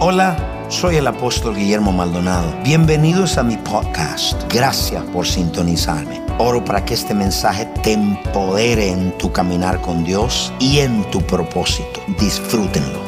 Hola, soy el apóstol Guillermo Maldonado. Bienvenidos a mi podcast. Gracias por sintonizarme. Oro para que este mensaje te empodere en tu caminar con Dios y en tu propósito. Disfrútenlo.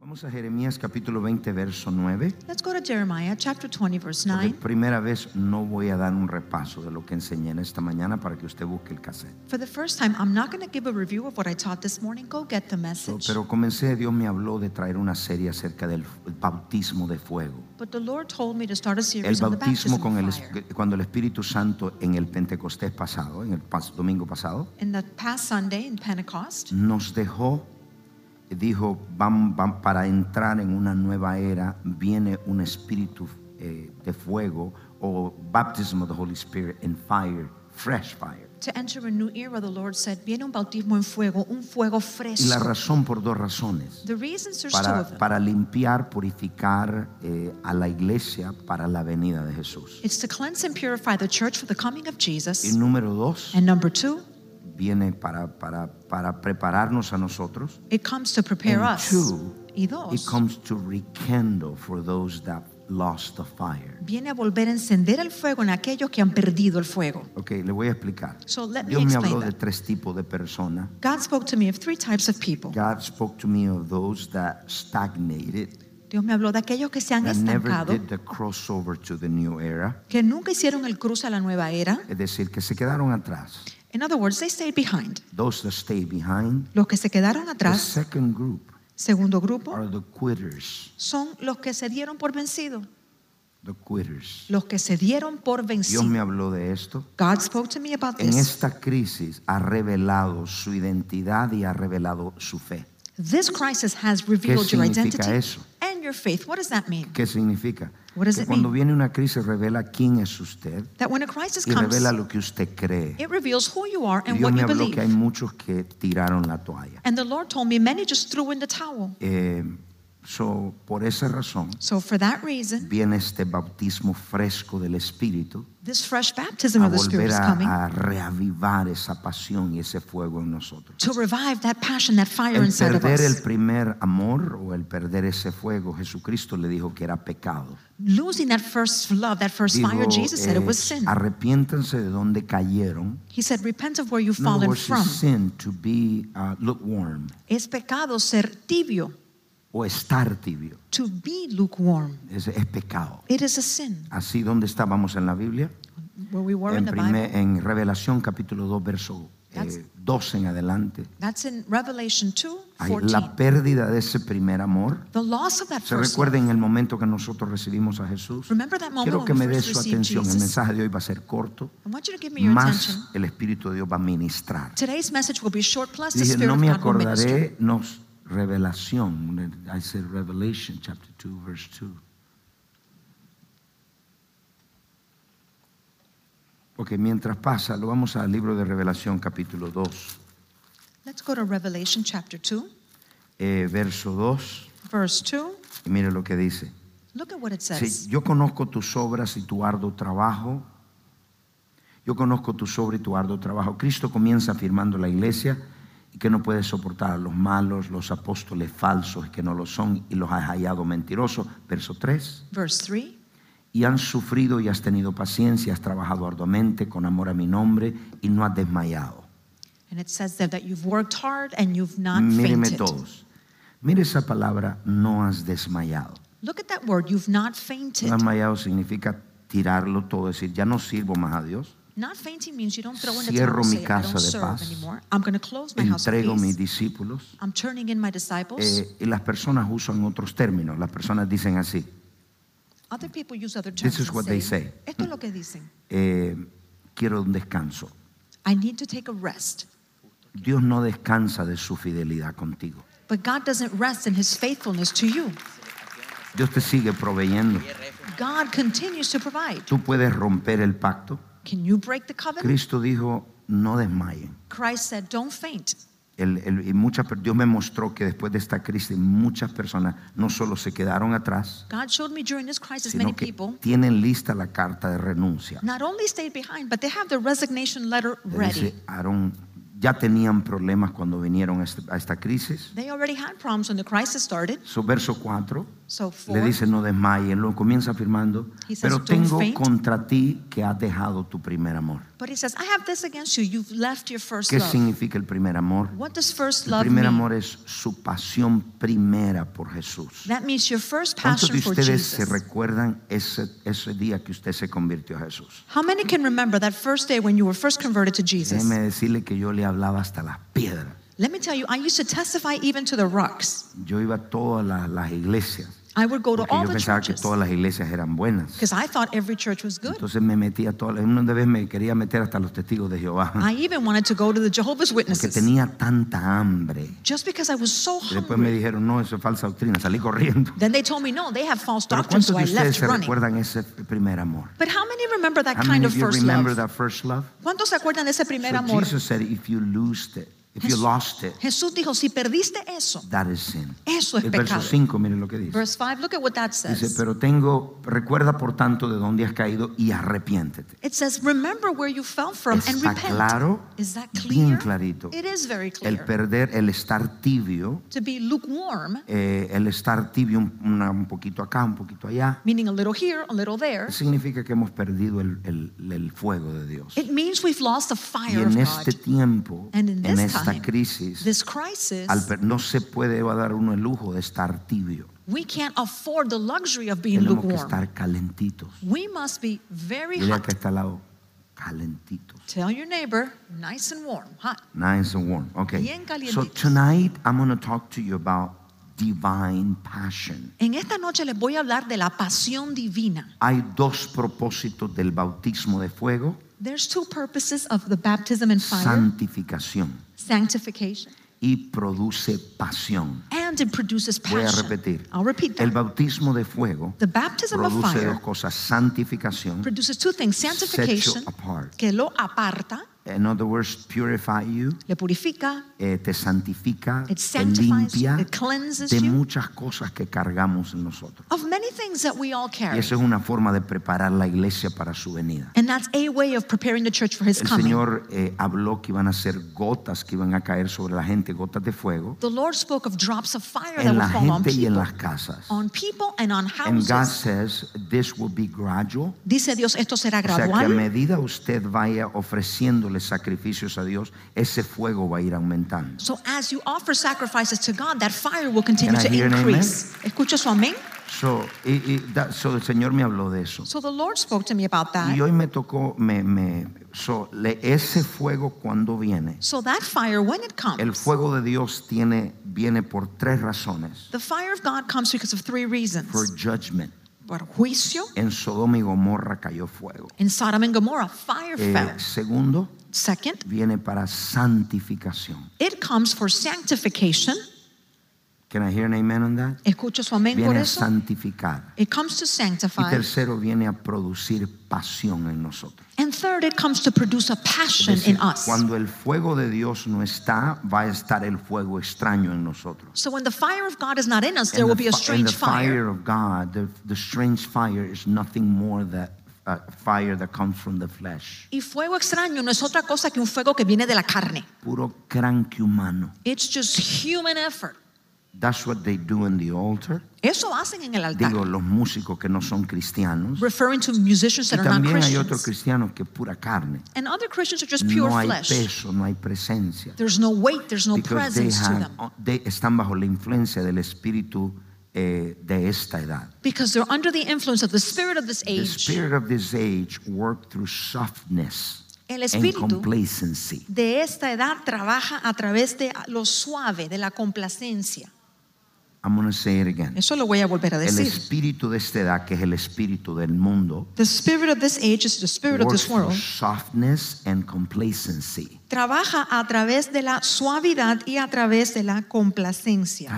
Vamos a Jeremías capítulo 20, verso 9. Let's go to Jeremiah chapter 20, verse Por 9. primera vez no voy a dar un repaso de lo que enseñé en esta mañana para que usted busque el cassette. For the first time, I'm not going to give a review of what I taught this morning. Go get the So, message. Pero comencé, Dios me habló de traer una serie acerca del f- el bautismo de fuego. But the Lord told me to start a El series on the bautismo baptism con el, of es- fire. cuando el Espíritu Santo en el Pentecostés pasado, en el pas- domingo pasado, In the past Sunday in Pentecost, nos dejó, dijo, van, van- para entrar en una nueva era viene un espíritu eh, de fuego o baptism of the Holy Spirit in fire, fresh fire. to enter a new era, the Lord said, Viene un bautismo en fuego, un fuego Y la fresco. razón por dos razones. The reasons there's two of Para, them. para limpiar, purificar eh, a la iglesia para la venida de Jesús. It's to cleanse and purify the church for the coming of Y Jesus. número dos, And number two, viene para, para, para prepararnos a nosotros. it comes to prepare And us. two, Y It dos, comes to rekindle for those that lost the fire. viene a volver a encender el fuego en aquellos que han perdido el fuego. Ok, le voy a explicar. So let me Dios me explain habló de that. tres tipos de personas. God spoke to me of three types of people. God spoke to me of those that stagnated, Dios me habló de aquellos que se han that never estancado, did the crossover to the new era. que nunca hicieron el cruce a la nueva era. Es decir, que se quedaron atrás. In other words, they stayed behind. Those that stay behind. Los que se quedaron The atrás, second group segundo grupo, are the quitters. son los que se dieron por vencido. The quitters. Los que se dieron por Dios vencido. me habló de esto. God spoke to me about En this. esta crisis ha revelado su identidad y ha revelado su fe. This crisis has revealed your significa identity eso? and your faith. What does that mean? ¿Qué significa? What does Que it cuando mean? viene una crisis revela quién es usted That when a crisis y comes, revela lo que usted cree. it reveals who you are Y and Dios what me you habló que hay believe. muchos que tiraron la toalla. And the Lord told me many just threw in the towel. Eh, so, por esa razón So for that reason, viene este bautismo fresco del Espíritu this fresh a baptism of the volver Spirit is a, coming. a reavivar esa pasión y ese fuego en nosotros. to revive that passion, that fire El inside of perder el us. primer amor o el perder ese fuego, Jesucristo le dijo que era pecado. Losing that first love, that first Dijo, fire, Jesus said it was eh, sin. Arrepiéntanse de donde cayeron. He said, Repent of where you've In other fallen words, from. it's sin to be uh, lukewarm Es pecado ser tibio, o estar tibio. to be lukewarm. Es, es pecado. It is a sin. Así donde estábamos en la Biblia, Where we were in en, the primer- Bible. en Revelación capítulo 2, verso That's- eh, 12 en adelante, That's in Revelation 2 hay 14. la pérdida de ese primer amor. The loss of that Se first love. recuerda en el momento que nosotros recibimos a Jesús. Pues Remember that moment Quiero when que we me dé first su received atención. El Jesus. mensaje de hoy va a ser corto, I want you to give me your attention. más el Espíritu de Dios va a ministrar. Today's message will be short, plus the Dije, Spirit no me of God will minister. acordaré, nos revelación. I said Revelation chapter 2 verse 2. Porque mientras pasa, lo vamos al libro de Revelación capítulo 2, Let's go to Revelation chapter 2, eh, verso 2. verse 2. Y mire lo que dice. Look at what it Sí, says. yo conozco tus obras y tu arduo trabajo. Yo conozco tus obras y tu arduo trabajo. Cristo comienza afirmando la iglesia y que no puede soportar a los malos, los apóstoles falsos que no lo son y los has hallado mentirosos. Verso 3. Verse 3. Y han sufrido y has tenido paciencia, has trabajado arduamente con amor a mi nombre y no has desmayado. And it says there that you've worked hard and you've not Míreme fainted. todos. Mire esa palabra, no has desmayado. Look at that word, you've not fainted. No has desmayado significa tirarlo todo, decir, ya no sirvo más a Dios. Not fainting means you don't throw in the Cierro towel mi say, I casa don't de serve paz. anymore. I'm going to close my house of entrego mis peace. discípulos. I'm turning in my disciples. eh, y las personas usan otros términos. Las personas dicen así. Other people use other terms. is and what say, they say. Esto es lo que dicen. eh, quiero un descanso. I need to take a rest. Dios no descansa de su fidelidad contigo. But God doesn't rest in his faithfulness to you. Dios te sigue proveyendo. God continues to provide. Tú puedes romper el pacto. Can you break the covenant? Cristo dijo, no desmayen. Christ said, don't faint. El- el- y muchas, per- Dios me mostró que después de esta crisis muchas personas no solo se quedaron atrás, God showed me during this crisis many sino que people tienen lista la carta de renuncia. not only stayed behind, but they have their resignation letter Le ready. Dice, Aarón, ya tenían problemas cuando vinieron a este- a esta crisis. They already had problems when the crisis started. Su verso 4 So le four, dice, no desmayen, lo comienza afirmando, He says, pero "Don't tengo faint." contra ti que has dejado tu primer amor. but he says, I have this against you. You've left your first ¿Qué love. significa el primer amor? What does first El love primer mean? amor es su pasión primera por Jesús. That means your first ¿Cuántos de passion for ustedes se Jesus. recuerdan ese, ese día que usted se convirtió a Jesús? How many can remember that first day when you were first converted to Jesus? Déjeme decirle que yo le hablaba hasta las piedras. Let me tell you, I used to testify even to the rocks. Yo iba a todas las, las iglesias. I would go to Porque all yo the pensaba que churches todas las iglesias eran buenas. because I thought every church was good. Entonces me metía a todas. las- Una vez me quería meter hasta los testigos de Jehová. I even wanted to go to the Jehovah's Porque Witnesses tenía tanta hambre. just because I was so Y Después me hungry. dijeron, no, eso es falsa doctrina. Salí corriendo. Then they told me, no, they have false Pero doctrine, ¿cuántos so de I ustedes left se running. recuerdan ese primer amor? But how many remember that How kind many of of you first remember love? that first love? ¿Cuántos se acuerdan de ese primer So amor? Jesus said, if you lose it, if you Jesús- lost it, Jesús dijo, si perdiste eso, that is sin. Eso es El verso pecado. 5, miren lo que dice. verse 5, look at what that Dice, says. pero tengo, recuerda por tanto de dónde has caído y arrepiéntete. It says, remember where you fell from and Está repent. claro, Is that bien clear? clarito. It is very El clear. perder, el estar tibio, To be lukewarm, eh, el estar tibio un, una- un poquito acá, un poquito allá, meaning a little here, a little there, significa que hemos perdido el, el- el fuego de Dios. it means we've lost the Y fire of en este God. tiempo, And in en this esta time, crisis, This crisis, al per- no se puede dar uno el lujo de estar tibio. we can't afford the luxury of being Tenemos que lukewarm. estar calentitos. We must be very Dile al hot. que está al lado, calentitos. Tell your neighbor, nice and warm, hot. Nice and warm. Okay. Bien So calientitos. tonight I'm going to talk to you about divine passion. En esta noche les voy a hablar de la pasión divina. Hay dos propósitos del bautismo de fuego, There's two purposes of the baptism in fire, santificación sanctification, y produce pasión. and it produces passion. Voy a repetir. I'll repeat El that. bautismo de fuego The baptism of produce fire dos cosas, santificación, produces two things, sets you sanctification, apart. que lo aparta, In other words, purify you, le purifica, eh, te santifica, It te sanctifies you, limpia it cleanses de you. muchas cosas que cargamos en nosotros. of many things that we all Y carry. eso es una forma de preparar la iglesia para su venida. And that's a way of preparing the church for his El coming. Señor eh, habló que iban a ser gotas que iban a caer sobre la gente, gotas de fuego, The Lord spoke of drops of fire that en la would fall on gente y en people, las casas. on people and on And God houses. says this will be gradual. Dice Dios, esto será O sea que a gradual. medida usted vaya ofreciéndole sacrificios a Dios, ese fuego va a ir aumentando. So as you offer sacrifices to God, that fire will continue Can I to hear an amen? increase. Escucha su amén. So, y- y that- so el Señor me habló de eso. So the Lord spoke to me about Y that. hoy me tocó, me, me- so, le- ese fuego cuando viene, So that fire, when it el comes, fuego de Dios tiene, viene por tres razones. the fire of God comes because of three For reasons. judgment. Por juicio, En Sodoma y Gomorra cayó fuego. in Sodom and Gomorrah, fire Eh, fell. segundo, Second, viene para santificación. it comes for sanctification. Can I hear an amen on that? Escucha su amén por Viene a eso. santificar. It comes to Y sanctify. tercero, viene a producir pasión en nosotros. And third, it comes to produce a Es passion decir, in us. cuando el fuego de Dios no está, va a estar el fuego extraño en nosotros. So when the fire of God is not in us, there And will the be a fi- and strange the fire. fire. of God, the, the strange fire is nothing more than uh, fire that comes from the flesh. Y fuego extraño no es otra cosa que un fuego que viene de la carne. Puro cranque humano. It's just human effort. That's what they do in the altar. Eso hacen en el altar. Digo, los músicos que no son cristianos. referring to musicians Y that are not también hay otros Christians. cristianos que pura carne. And other Christians are just pure No hay flesh. peso, no hay presencia. There's no weight, there's no Because they presence to have- them. they oh, están bajo la influencia del espíritu eh, de esta edad. Because they're under the influence of the spirit of this The age. spirit of this age worked through softness El and espíritu complacency. de esta edad trabaja a través de lo suave, de la complacencia. I'm going to say it again. Eso lo voy a volver a El decir. espíritu de esta edad, que es el espíritu del mundo, The spirit of this age is the spirit of works this world. through softness and complacency. Trabaja a través de la suavidad y a través de la complacencia.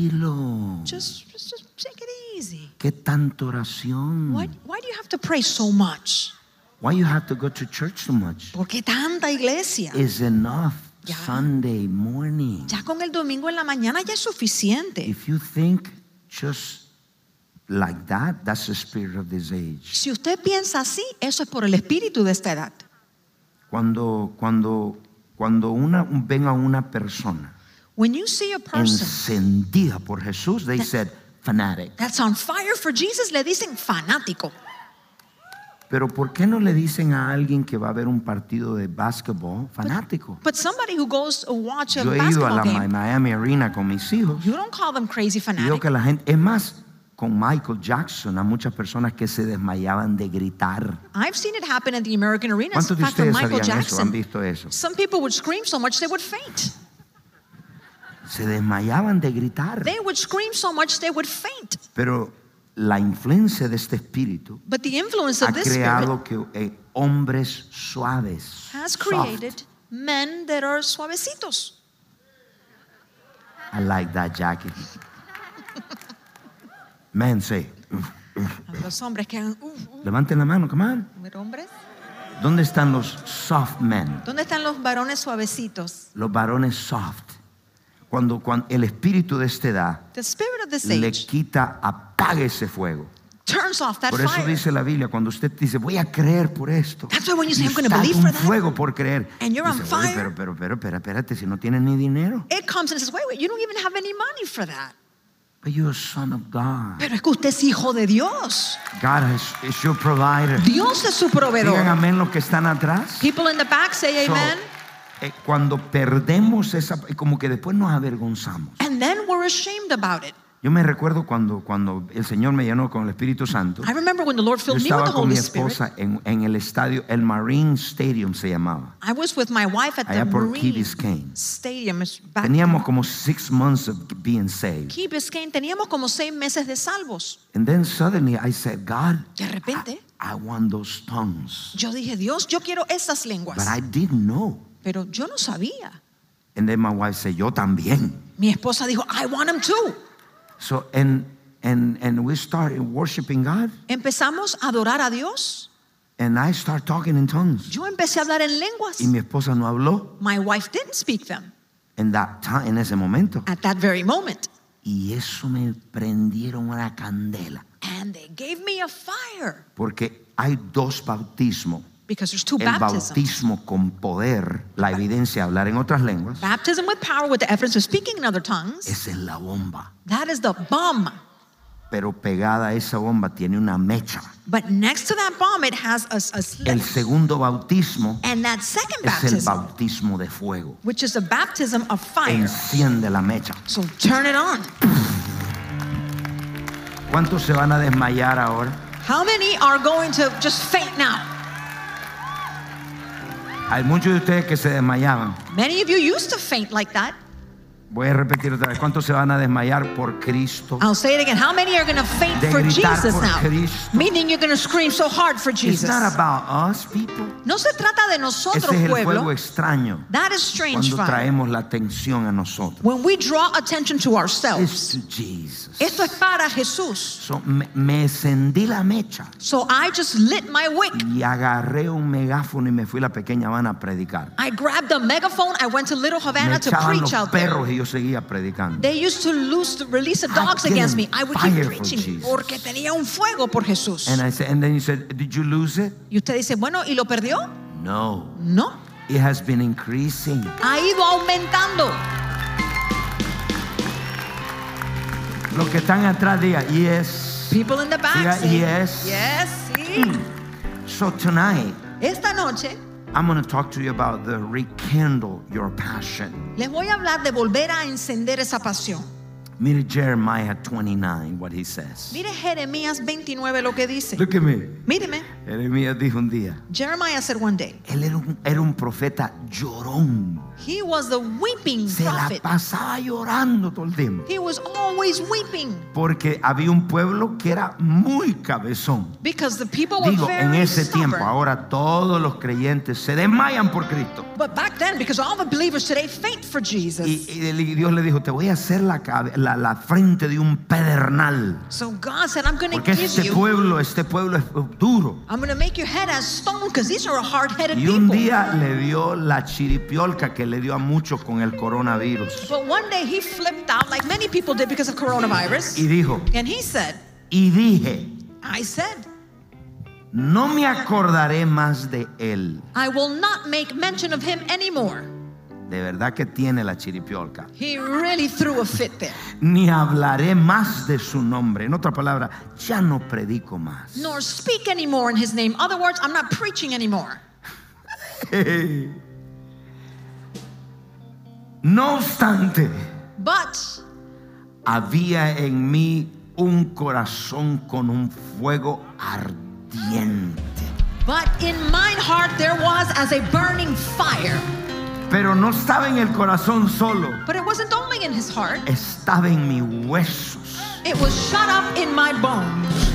Tranquilo. Just, just, just take it easy. ¿Qué tanta oración? Why, why do you have to pray so much? Why you have to go to church so much? ¿Por qué tanta iglesia? It's enough Ya. Sunday morning. Ya con el domingo en la mañana ya es suficiente. If you think just like that, that's the spirit of this age. Si usted piensa así, eso es por el espíritu de esta edad. Cuando, cuando Cuando una, ven a una persona When you see a person encendida por Jesús, they said fanatic. that's on fire for Jesus, le dicen fanático. Pero ¿por qué no le dicen a alguien que va a ver un partido de básquetbol Pues, fanático? But somebody who goes to watch a Yo he ido a basketball la Mi- game, Miami Arena con mis hijos. you don't call them crazy Y veo fanatic. que la gente, es más, con Michael Jackson, a muchas personas que se desmayaban de gritar. I've seen it happen at the American Arena. In ¿Cuántos de fact, with ustedes Michael sabían eso? ¿Han Jackson, visto eso? some people would scream so much they would faint. Se desmayaban de gritar. They would scream so much they would faint. Pero la influencia de este espíritu But the influence ha of this spirit creado que eh, hombres suaves, has soft. created men that are suavecitos. I like that jacket. Men, say, A Los hombres que hagan, "Uf, uf", levanten la mano, come on. a ver, hombres. ¿Dónde están los soft men? ¿Dónde están los varones suavecitos? Los varones soft. Cuando, cuando el espíritu de esta edad The spirit of this le age quita, apaga ese fuego. turns off that Por eso fire. dice la Biblia, cuando usted dice, voy a creer por esto. That's why when y you say, "I'm gonna está believe un for that", fuego por creer. and you're on Dice, "Oye, fire. Pero, pero, pero, pero, espérate, si no tienes ni dinero. It comes and says, wait, wait, you don't even have any money for that. But you're a son of God. Pero es que usted es hijo de Dios. God is, is your provider. Dios es su Digan proveedor. amén los que están atrás. People in the back say So, amen. eh, cuando perdemos esa, como que después nos avergonzamos. And then we're ashamed about it. Yo me recuerdo cuando, cuando el Señor me llenó con el Espíritu Santo. I remember when the Lord Yo filled me with the estaba con mi Holy Spirit. esposa en, en el estadio, el Marine Stadium se llamaba. I was with my wife at the Allá por Key Marine Biscayne. Stadium. It's back- Teníamos como six months of being saved. Key Biscayne teníamos como seis meses de salvos. And then suddenly I said, God, De repente, I want those tongues. yo dije, Dios, yo quiero esas lenguas. But I didn't know. Pero yo no sabía. And then my wife said, yo también. Mi esposa dijo, I want them too. So, and, and, and we started worshiping God. Empezamos a adorar a Dios. And I start talking in tongues. Yo empecé a hablar en lenguas. Y mi esposa no habló My wife didn't speak them en, that ti- en ese momento. at that very moment. Y eso me prendieron una candela. And they gave me a fire Porque hay dos bautismos. because there's two El baptisms. bautismo con poder, la evidencia de hablar en otras lenguas, Baptism with power with the evidence of speaking in other tongues. esa es la bomba. That is the bomb. Pero pegada a esa bomba tiene una mecha. But next to that bomb, it has a, a El slit. segundo bautismo And that second es el baptism, bautismo de fuego. which is a baptism of fire. Enciende la mecha. So turn it on. ¿Cuántos se van a desmayar ahora? How many are going to just faint now? Hay muchos de ustedes que se desmayaban. Many of you used to faint like that. Voy a repetir otra vez. ¿Cuántos se van a desmayar por Cristo? I'll say it again. How many are going to faint De for gritar Jesus por now? Cristo. Meaning you're going to scream so hard for It's Jesus. not about us, people. No se trata de Ese nosotros, es el fuego pueblo. extraño That is strange cuando fire. traemos la atención a nosotros. When we draw attention to It's ourselves. to Jesus. Esto es para Jesús. So, me, me encendí la mecha So I just lit my wick. y agarré un megáfono y me fui a la pequeña Habana a predicar. I grabbed a megaphone. I went to Little Me Havana to echaban los preach out there. perros y yo seguía predicando. They used to loose, release the dogs Aquel against me. I would fire keep for preaching Jesus. porque tenía un fuego por Jesús. And I said, and then you said, did you lose it? Y usted dice, bueno, ¿y lo perdió? No. No. It has been increasing. Ha ido aumentando. Los que están atrás digan, yes. People in the back Yeah, say, yes. yes, sí. So tonight, Esta noche I'm going to talk to you about the rekindle your passion. les voy a hablar de volver a encender esa pasión. Mire Jeremiah 29, what he says. Mire Jeremías 29 lo que dice. Look at me. Míreme. Jeremías dijo un día, Jeremiah said one day, él era un, era un profeta llorón. he was the weeping Se la prophet. pasaba llorando todo el tiempo. He was always weeping Porque había un pueblo que era muy cabezón. because the people were Digo, en very ese tiempo, ah. stubborn. ahora todos los creyentes se desmayan por Cristo. But back then, because all the believers today faint for Jesus. Y, y el- y Dios le dijo, te voy a hacer la, cabe- la- la frente de un pedernal. so God said, I'm going Porque to give este you, pueblo, este pueblo es duro. I'm going to make your head as stone because these are hard-headed Y un people. día le dio la chiripiolca que le dio a muchos con el coronavirus. But one day he flipped out like many people did because of coronavirus. Y dijo, And he said, y dije, I said, no me acordaré más de él, I will not make mention of him anymore, De verdad que tiene la chiripiolca. He really threw a fit there. Ni hablaré más de su nombre. En otra palabra, ya no predico más. Nor speak anymore in his name. Other words, I'm not preaching anymore. No obstante, But había en mí un corazón con un fuego ardiente. but in mine heart there was as a burning fire. Pero no estaba en el corazón solo, But it wasn't only in his heart. estaba en mis huesos. It was shut up in my bones.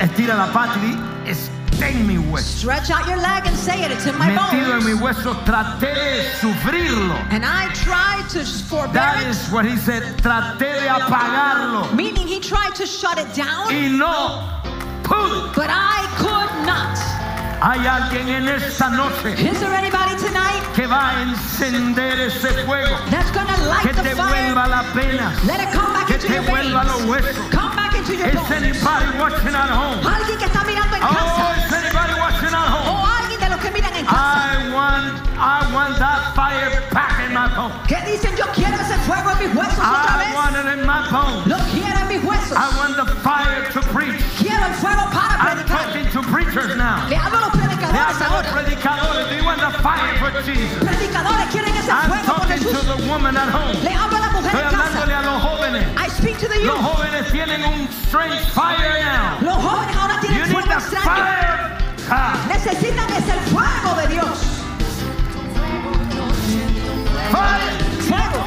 Estira la patria, está en mis huesos. Stretch out your leg and say it. It's in my Metido en mis bones. huesos, traté de sufrirlo. And I tried to forbear That it, is what he said. Traté de apagarlo meaning he tried to shut it down, y no pude. but I could not. Hay alguien en esta noche Is there anybody tonight que va a encender ese fuego, that's gonna que light te the fire? vuelva la pena. Let it come back que into te your vuelva los huesos. veins. Come back into your Is bones. anybody watching at home? Alguien que está mirando en Oh, casa is anybody watching at home? o alguien de los que miran en casa I want, I want that fire back in my bones. que dicen yo quiero ese fuego en mis huesos otra I want vez. it in my bones. Lo quiero en mis huesos. I want the fire to preach. Quiero el fuego para I'm predicar. talking to preachers now. Le hablo a los They predicadores are ahora. predicadores. They want the fire for Jesus. predicadores quieren ese I'm fuego por talking to Jesús. the woman at home. Le hablo a la mujer Estoy en hablándole casa. a los jóvenes. I speak to the Los youth. jóvenes tienen un strange fire now. Los jóvenes ahora You tienen need fuego the extraño. fire. Ah, Necesitan ese fuego de Dios. fire. Fuego.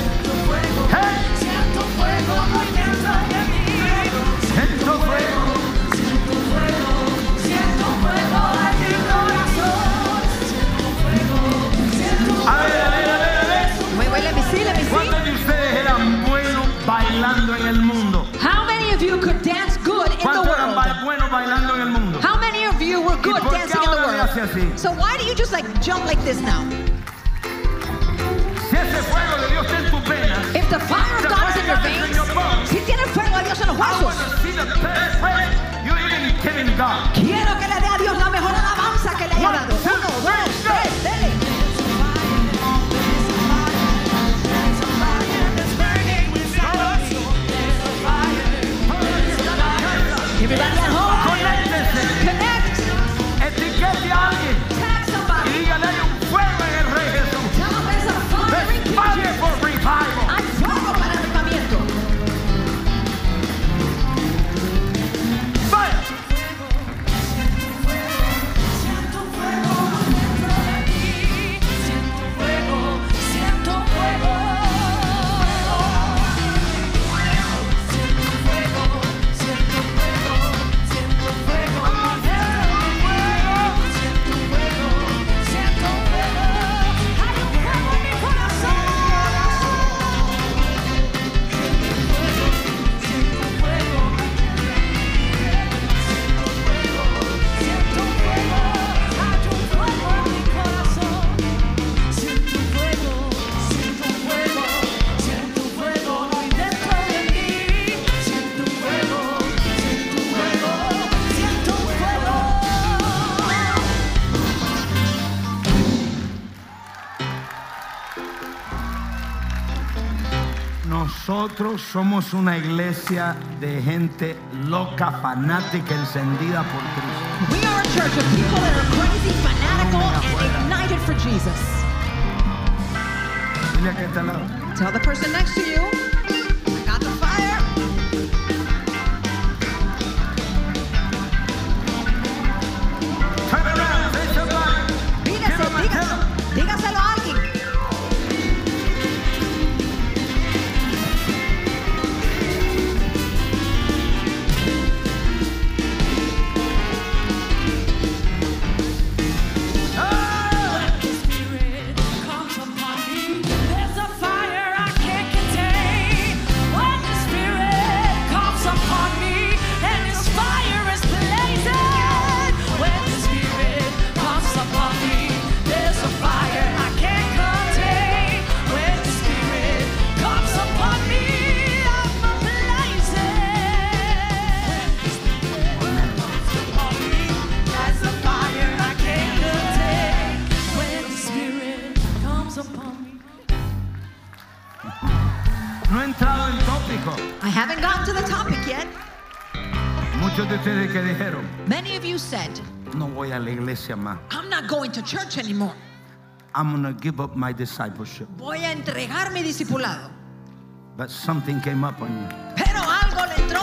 Hey, siento fuego. A ver, a ver, a ver, a ver. Wait, wait, let me see, let me see. ¿Cuántos de ustedes eran buenos bailando en el mundo? How many of you could dance good in the ¿Cuántos eran world? ba- buenos bailando en el mundo? How many of you were good por qué dancing in the ahora le hace world? así? So why do you just like jump like this now? Si ese fuego de Dios está en tus venas, If the fire of The God is in your fire is in veins, your bones. si tiene fuego de Dios en los I want huesos, to see the best way you even giving God. quiero que le dé a Dios la mejor alabanza que le haya dado. Uno, dos, tres, dele. Everybody at home, Conéctese, connect, etiquete a alguien tag y somebody. dígale hay un fuego en el Rey Jesús. Tell them there's a fire in There's fire Jesus. for revival. Hay fuego para avivamiento. Fire. Nosotros somos una iglesia de gente loca, fanática, encendida por Cristo. We are a church of people that are crazy, fanatical, and ignited for Jesus. Dile a que está al lado. Tell the person next to you, I got the fire. Turn around, face the light. Dígase, dígaselo, dígaselo a alguien. Spirit comes upon me. There's a fire I can't contain. gotten to the topic yet. Muchos de ustedes que dijeron, Many of you said, no voy a la iglesia más. I'm not going to church anymore. I'm going to give up my discipleship. Voy a entregar mi discipulado. But something came up on you. Pero algo le entró.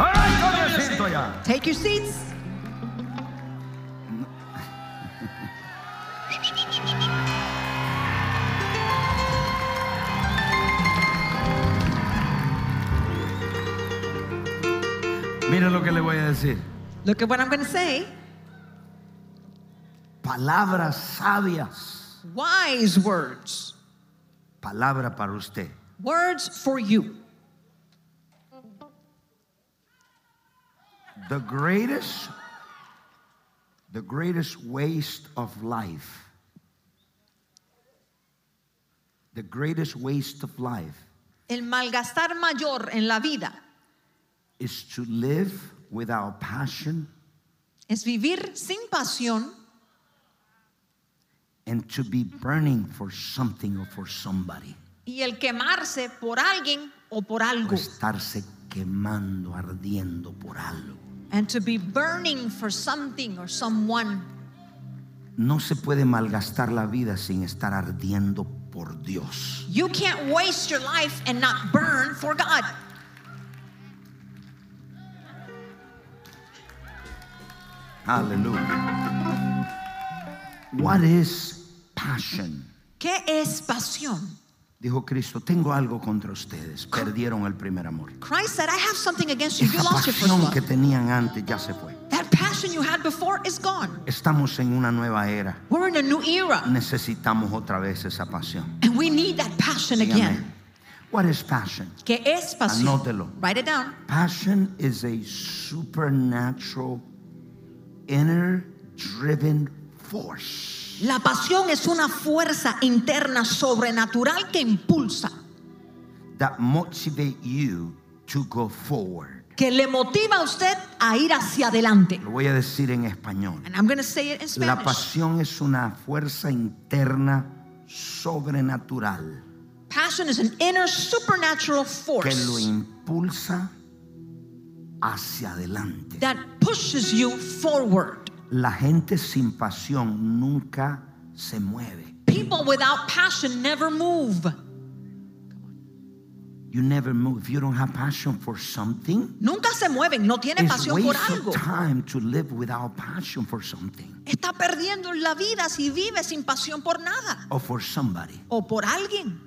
All right, tome asiento ya. Take your seats. Mira lo que le voy a decir. Look at what I'm going to say. Palabras sabias. Wise words. Palabra para usted. Words for you. The greatest, the greatest waste of life. The greatest waste of life El malgastar mayor en la vida is to live without passion es vivir sin pasión and to be burning for something or for somebody. y el quemarse por alguien o por O algo. estarse quemando, ardiendo por algo. And to be burning for something or someone. No se puede malgastar la vida sin estar ardiendo por Dios. You can't waste your life and not burn for God. Aleluya. What is passion? ¿Qué es pasión? Dijo Cristo, tengo algo contra ustedes. Perdieron el primer amor. Christ said, I have something against you. You Esa lost your first pasión que love. tenían antes ya se fue. That passion you had before is gone. Estamos en una nueva era. We're in a new era, Necesitamos otra vez esa pasión. and we need that passion Dígame, again. what is passion? ¿Qué es pasión? Anótelo. Write it down. Passion is a supernatural, inner driven force La pasión es una fuerza interna sobrenatural que impulsa, that motivates you to go forward. que le motiva a usted a ir hacia adelante. Lo voy a decir en español. And I'm going to say it in La Spanish. pasión es una fuerza interna sobrenatural Passion is an inner supernatural que lo force impulsa hacia adelante. that pushes you forward. La gente sin pasión nunca se mueve. People without passion never move. You never move. If you don't have passion for something, Nunca se mueven, no tienen it's pasión por waste algo. of time to live without passion for something Está perdiendo la vida si vive sin pasión por nada or for somebody. o por alguien.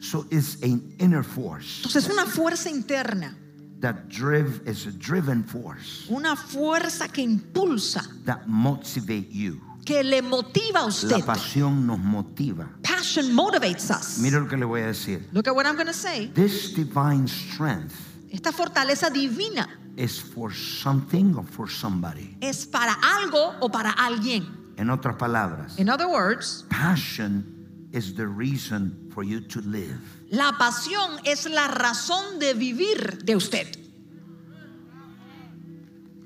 So it's an inner force Entonces es una fuerza interna, that drive is a driven force una fuerza que impulsa, that motivate you. que le motiva a La usted. pasión nos motiva. Passion motivates us. Mira lo que le voy a decir. Look at what I'm going to say. This divine strength Esta fortaleza divina is for something or for somebody. es para algo o para alguien. En otras palabras, In other words, passion is the reason for you to live. la pasión es la razón de vivir de usted.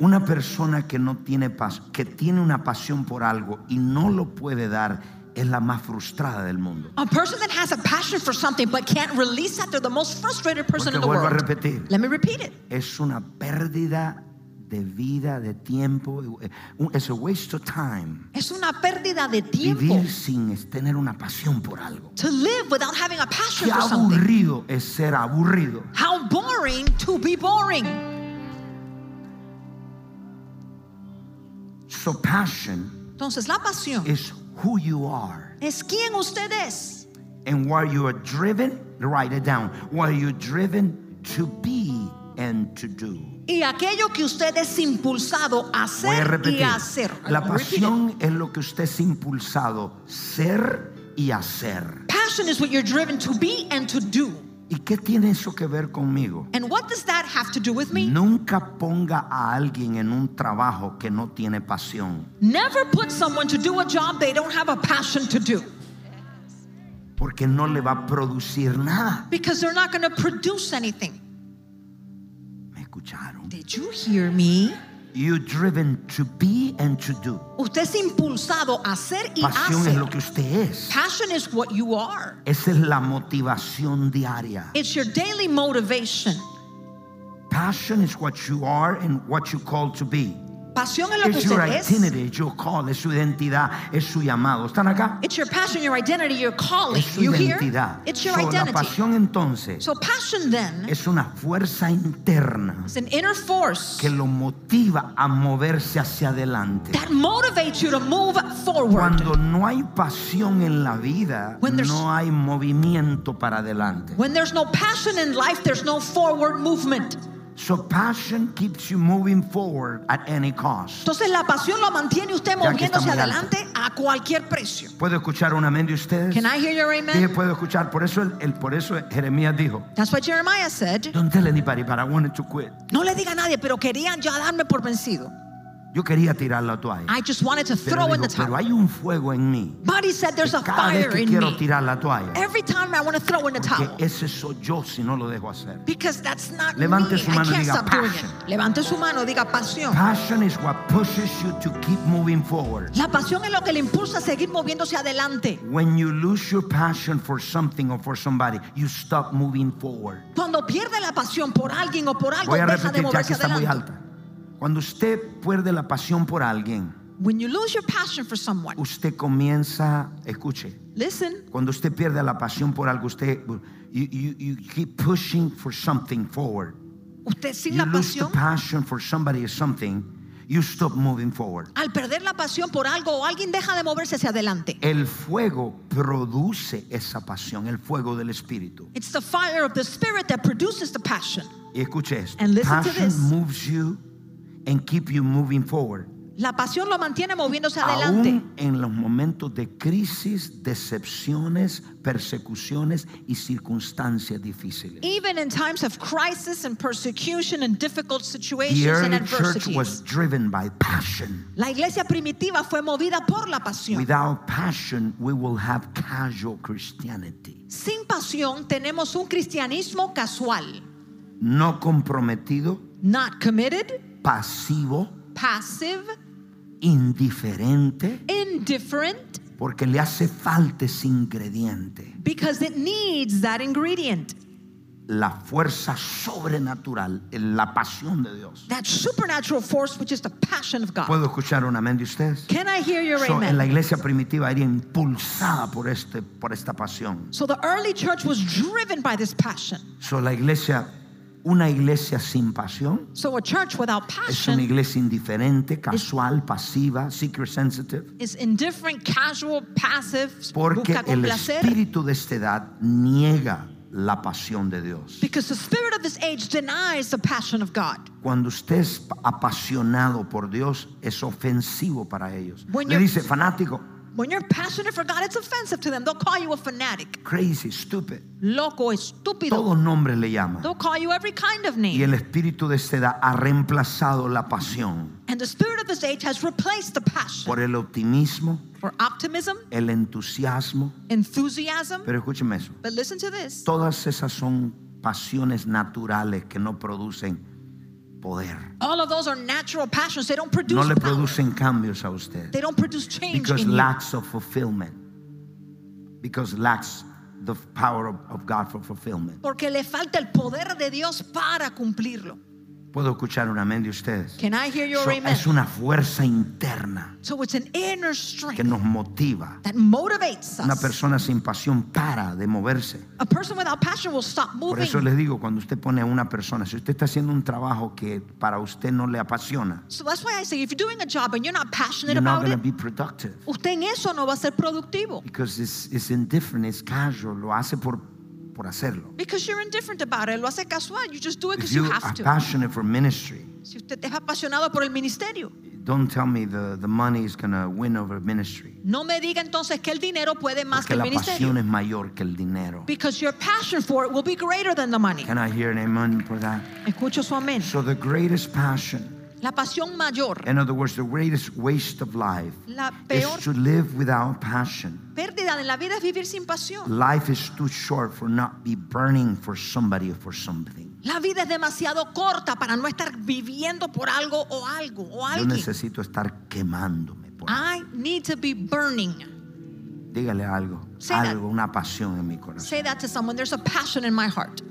Una persona que no tiene paz, que tiene una pasión por algo y no lo puede dar, es la más frustrada del mundo. A person that has a passion for something but can't release that, they're the most frustrated person Porque in the vuelvo a world. repetir, Let me repeat it. es una pérdida de vida, de tiempo, es a waste of time. Es una pérdida de tiempo Vivir sin tener una pasión por algo. to live without having a passion Qué for something. aburrido es ser aburrido. How boring to be boring. So passion Entonces, la pasión is who you are es quién usted es and where you are driven. Write it down. Where you're driven to be and to do. y aquello que usted es impulsado a Voy a hacer y repetir. a hacer. La I'll repeat it. pasión es lo que usted es impulsado ser y hacer. Passion is what you're driven to be and to do. ¿Y qué tiene eso que ver conmigo? And what does that have to do with me? Nunca ponga a alguien en un trabajo que no tiene pasión, Never put someone to do a job they don't have a passion to do porque no le va a producir nada. because they're not going to produce anything. ¿Me escucharon? Did you hear me? You driven to be and to do. Usted es impulsado a hacer y Pasión es lo hacer. que usted es. Passion is what you are. Esa es la motivación diaria. It's your daily motivation. Passion is what you are and what you call to be. Pasión es lo que Es your usted es. identity, es your call, es su identidad, es su llamado. ¿Están acá? It's your passion, your identity, your calling. Es su You hear? identidad. It's your So, la identity. pasión entonces So passion then es una fuerza interna is an inner force que lo motiva a moverse hacia adelante. that motivates you to move forward. Cuando no hay pasión en la vida, When there's- no hay movimiento para adelante. When there's no passion in life, there's no forward movement. So passion keeps you moving forward at any cost. Entonces la pasión lo mantiene usted que moviéndose está muy adelante a cualquier precio. ¿Puedo escuchar un amén de ustedes? Can I hear your Dije, amen? puedo escuchar. Por eso, el, el- por eso Jeremías dijo, That's what Jeremiah said. don't tell anybody, but I wanted to quit. No le diga a nadie, pero querían ya darme por vencido. Yo quería tirar la toalla. I just wanted to Pero, throw in dijo, the pero towel. hay un fuego en mí. But he said there's a Cada vez fire que in quiero me. tirar la toalla, Every time I want to throw in the towel. que ese soy yo si no lo dejo hacer. Because that's not Levante me. su I mano y can't diga, stop doing it. "Passion." Levante su mano, diga pasión. Passion is what pushes you to keep moving forward. La pasión es lo que le impulsa a seguir moviéndose adelante. When you lose your passion for something or for somebody, you stop moving forward. Cuando pierde la pasión por alguien o por algo, Voy a deja de repetir ya que moverse está muy adelante. alta. Cuando usted pierde la pasión por alguien, When you lose your passion for someone, usted comienza, escuche, listen, cuando usted pierde la pasión por algo, usted, you, you, you keep pushing for something forward. usted sin la You lose the pasión, passion for somebody or something, you stop moving forward. al perder la pasión por algo o alguien, deja de moverse hacia adelante. El fuego produce esa pasión, el fuego del espíritu. It's the fire of the spirit that produces the passion. Y escuche esto. And listen to passion this. moves you and keep you moving forward. La pasión lo mantiene moviéndose adelante. Aún en los momentos de crisis, decepciones, persecuciones y circunstancias difíciles. Even in times of crisis and persecution and difficult situations The and early church adversities. was driven by passion. La iglesia primitiva fue movida por la pasión. Without passion, we will have casual Christianity. Sin pasión tenemos un cristianismo casual, No comprometido, not committed, pasivo, passive, indiferente, indifferent, porque le hace falta ese ingrediente, because it needs that ingredient, la fuerza sobrenatural, la pasión de Dios. that supernatural force which is the passion of God. ¿Puedo escuchar un amén de ustedes? Can I hear your So, en la amen? iglesia primitiva era impulsada por, este, por esta pasión. So the early church was driven by this passion. So, la iglesia, una iglesia sin pasión So a church without es una passion iglesia indiferente, casual, pasiva, secret sensitive. is indifferent, casual, passive, Porque busca el complacer. espíritu de esta edad niega la pasión de Dios. Because the spirit of this age denies the passion of God. Cuando usted es apasionado por Dios, es ofensivo para ellos. When Le you're- dice fanático, When you're passionate for God, it's offensive to them. They'll call you a fanatic, crazy, stupid. loco, estúpido. Todo nombre le llama. They'll call you every kind of Y name. el espíritu de esta edad ha reemplazado la pasión And the spirit of this age has replaced the passion por el optimismo, for optimism, el entusiasmo. enthusiasm. Pero escúcheme eso. But listen to this Todas esas son pasiones naturales que no producen poder. all of those are natural passions. They don't No produce le power, producen cambios a usted. they don't produce change because in you lacks of fulfillment because lacks the power of, of God for fulfillment porque le falta el poder de Dios para cumplirlo. puedo escuchar un amén de ustedes Can I hear your So, amen? es una fuerza interna So it's an inner que strength nos motiva that motivates una us. persona sin pasión para de moverse A person without passion will stop por eso moving. les digo cuando usted pone a una persona si usted está haciendo un trabajo que para usted no le apasiona So that's why I say if you're doing a job and you're not passionate you're not about going to it, be productive usted en eso no va a ser productivo. because it's, it's indifferent it's casual lo hace por, por hacerlo Because you're indifferent about it. Lo hace casual. You just do it if because you you are have to. passionate for ministry Si usted es apasionado por el ministerio, Don't tell me the, the money is going to win over ministry. No me diga entonces que el dinero puede más que Porque el la pasión ministerio. es mayor que el dinero. Because your passion for it will be greater than the money. Can I hear an amen for that? Escucho su amén. So the greatest passion, La pasión mayor, in other words, the greatest waste of life, la peor is to live without passion. pérdida de la vida es vivir sin pasión. Life is too short for not be burning for somebody or for something. La vida es demasiado corta para no estar viviendo por algo o algo o Yo alguien. Ah. necesito estar quemándome. Por... I need to be burning. Dígale algo, Say that. algo, una pasión en mi corazón. Say that to someone. There's a passion in my heart.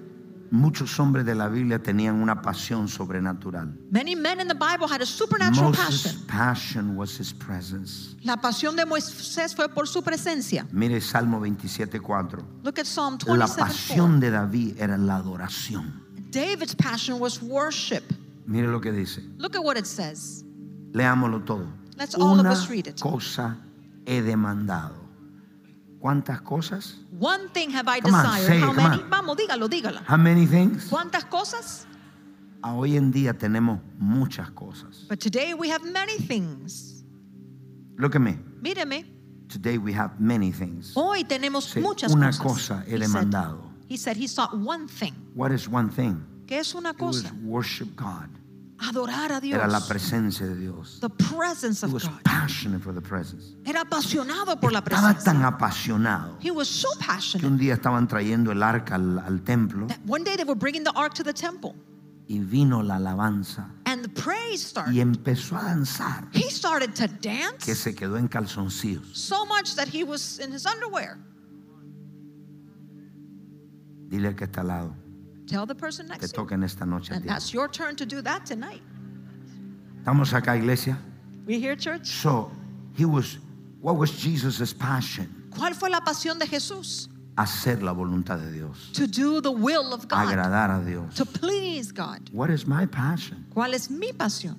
Muchos hombres de la Biblia tenían una pasión sobrenatural. Many men in the Bible had a supernatural Moses' passion. passion was his presence. La pasión de Moisés fue por su presencia. Mire Salmo 27:4. Look at Psalm La 27. pasión de David era la adoración. David's passion was worship. Mire lo que dice. Look at what it says. Leámoslo todo. Let's all of Una us read it. cosa he demandado. ¿Cuántas cosas? One thing have I Come on, desired. say it, How come many? on. Vamos, dígalo, dígala. How many things? ¿Cuántas cosas? Ah, Hoy en día tenemos muchas cosas. But today we have many things. Look at me. Míreme, Today we have many things. hoy tenemos Sí, muchas una cosa cosas. he He said- demandado. he said he sought one thing. What is one thing? ¿Qué es una It was cosa? worship God. Adorar a Dios. Era la presencia de Dios. The presence He of was God. passionate for the presence. Era apasionado por la Estaba presencia. tan apasionado He was so que passionate un día estaban trayendo el arca al, al templo that one day they were bringing the ark to the temple y vino la alabanza and the praise y started. empezó a danzar He started to que dance se quedó en calzoncillos. so much that he was in his underwear. Dile al que está al lado, Tell the person te next to you. toca en esta noche a And ti. that's your turn to do that tonight. Estamos acá, iglesia. We hear church? So, he was, what was Jesus' passion? ¿Cuál fue la pasión de Jesús? Hacer la voluntad de Dios, To do the will of God. agradar a Dios. To please God. What is my passion? ¿Cuál es mi pasión?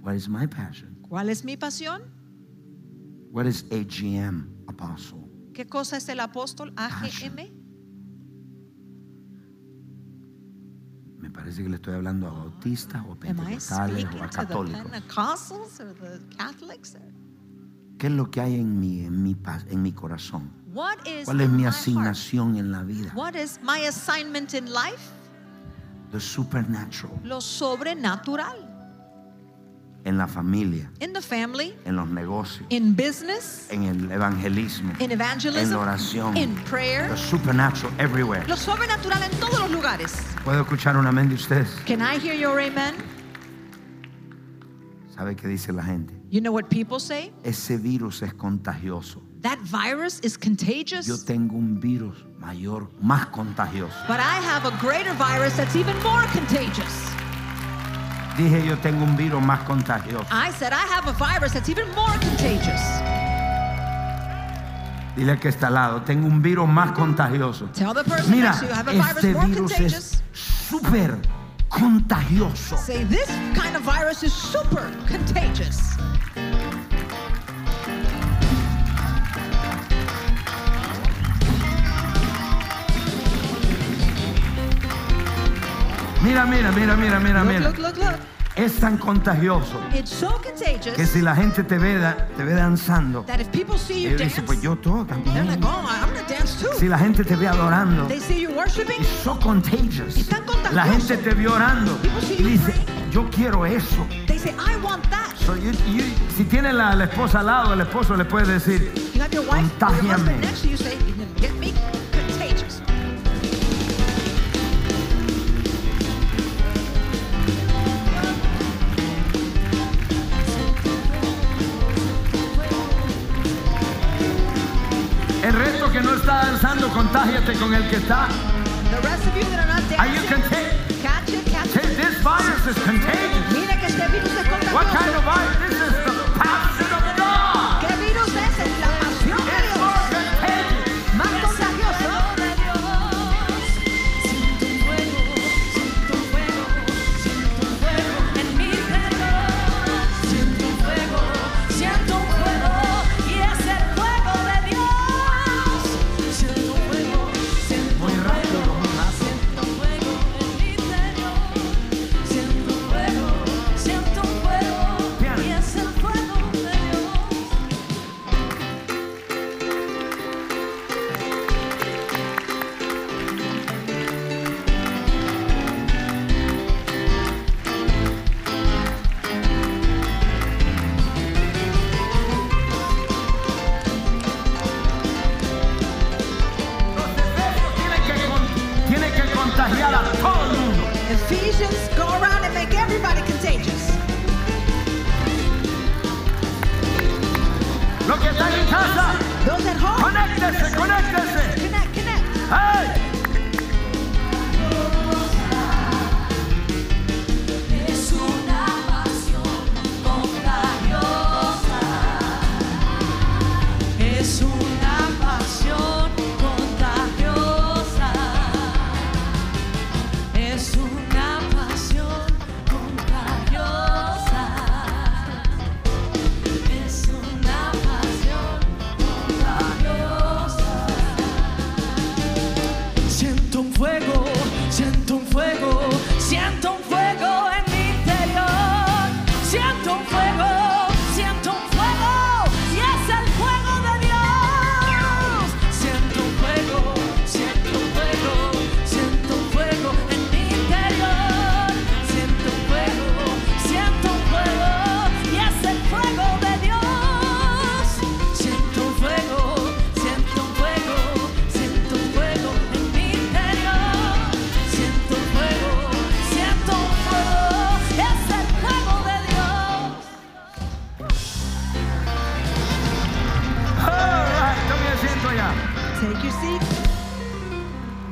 What is my passion? ¿Cuál es mi pasión? What is AGM, apostle? ¿Qué cosa es el apóstol Ah, AGM? Me parece que le estoy hablando a bautistas o Am I pentecostales speaking o a to the católicos. Pentecostals or the Catholics? ¿Qué es lo que hay en mi, en mi, pas- en mi corazón? What is ¿Cuál es mi my heart? asignación en la vida? What is my assignment in life? Lo supernatural. Lo sobrenatural. En la familia, In the family, en los negocios, in business, en el evangelismo, in en evangelism, la oración. in Lo prayer. supernatural everywhere. Lo sobrenatural en todos los lugares. ¿Puedo escuchar un amén de ustedes? Can I hear your amen? ¿Sabe qué dice la gente? You know what people say? Ese virus es contagioso. That virus is Yo contagious, tengo un virus mayor, más contagioso. but I have a greater virus that's even more contagious. Dije yo tengo un virus más contagioso. I said, I have a virus that's even more contagious. Dile al que está al lado, tengo un virus más contagioso. Tell the person Mira, next to you, I have a virus este more virus contagious. es súper contagioso. Say, this kind of virus is super contagious. Mira, mira, mira, mira, mira, Look, mira. look, look, look. Es tan contagioso It's so que contagious si la gente te ve, da- te ve danzando, that if people see you ellos dance, dicen, pues yo todo they're también. like, oh, I- I'm gonna dance Si too. la gente te ve adorando, They see you worshiping, it's so contagious. Es tan contagioso. La gente te ve orando People see y you dice, praying. yo quiero eso. they say, I want that. So you- you- si tiene la, la esposa al lado, el esposo le puede decir, You have your wife or your Contágiame. husband next to you, say, "You didn't get me contagious. el resto que no está danzando, contágiate con el que está. The rest of you that are not Are you dancing, contagious? catch it, catch it. Hey, This virus is contagious. Mira que este virus es What contagioso. kind of virus? This is the passion of God. ¿Qué virus es? Es la pasión de It's Dios. more contagious. Más contagioso. Siento un fuego, siento un fuego, siento un fuego en mi reloj. Siento un fuego, siento un fuego y es el fuego de Dios. Siento un fuego, siento un fuego, siento un fuego en mi reloj. Siento un fuego.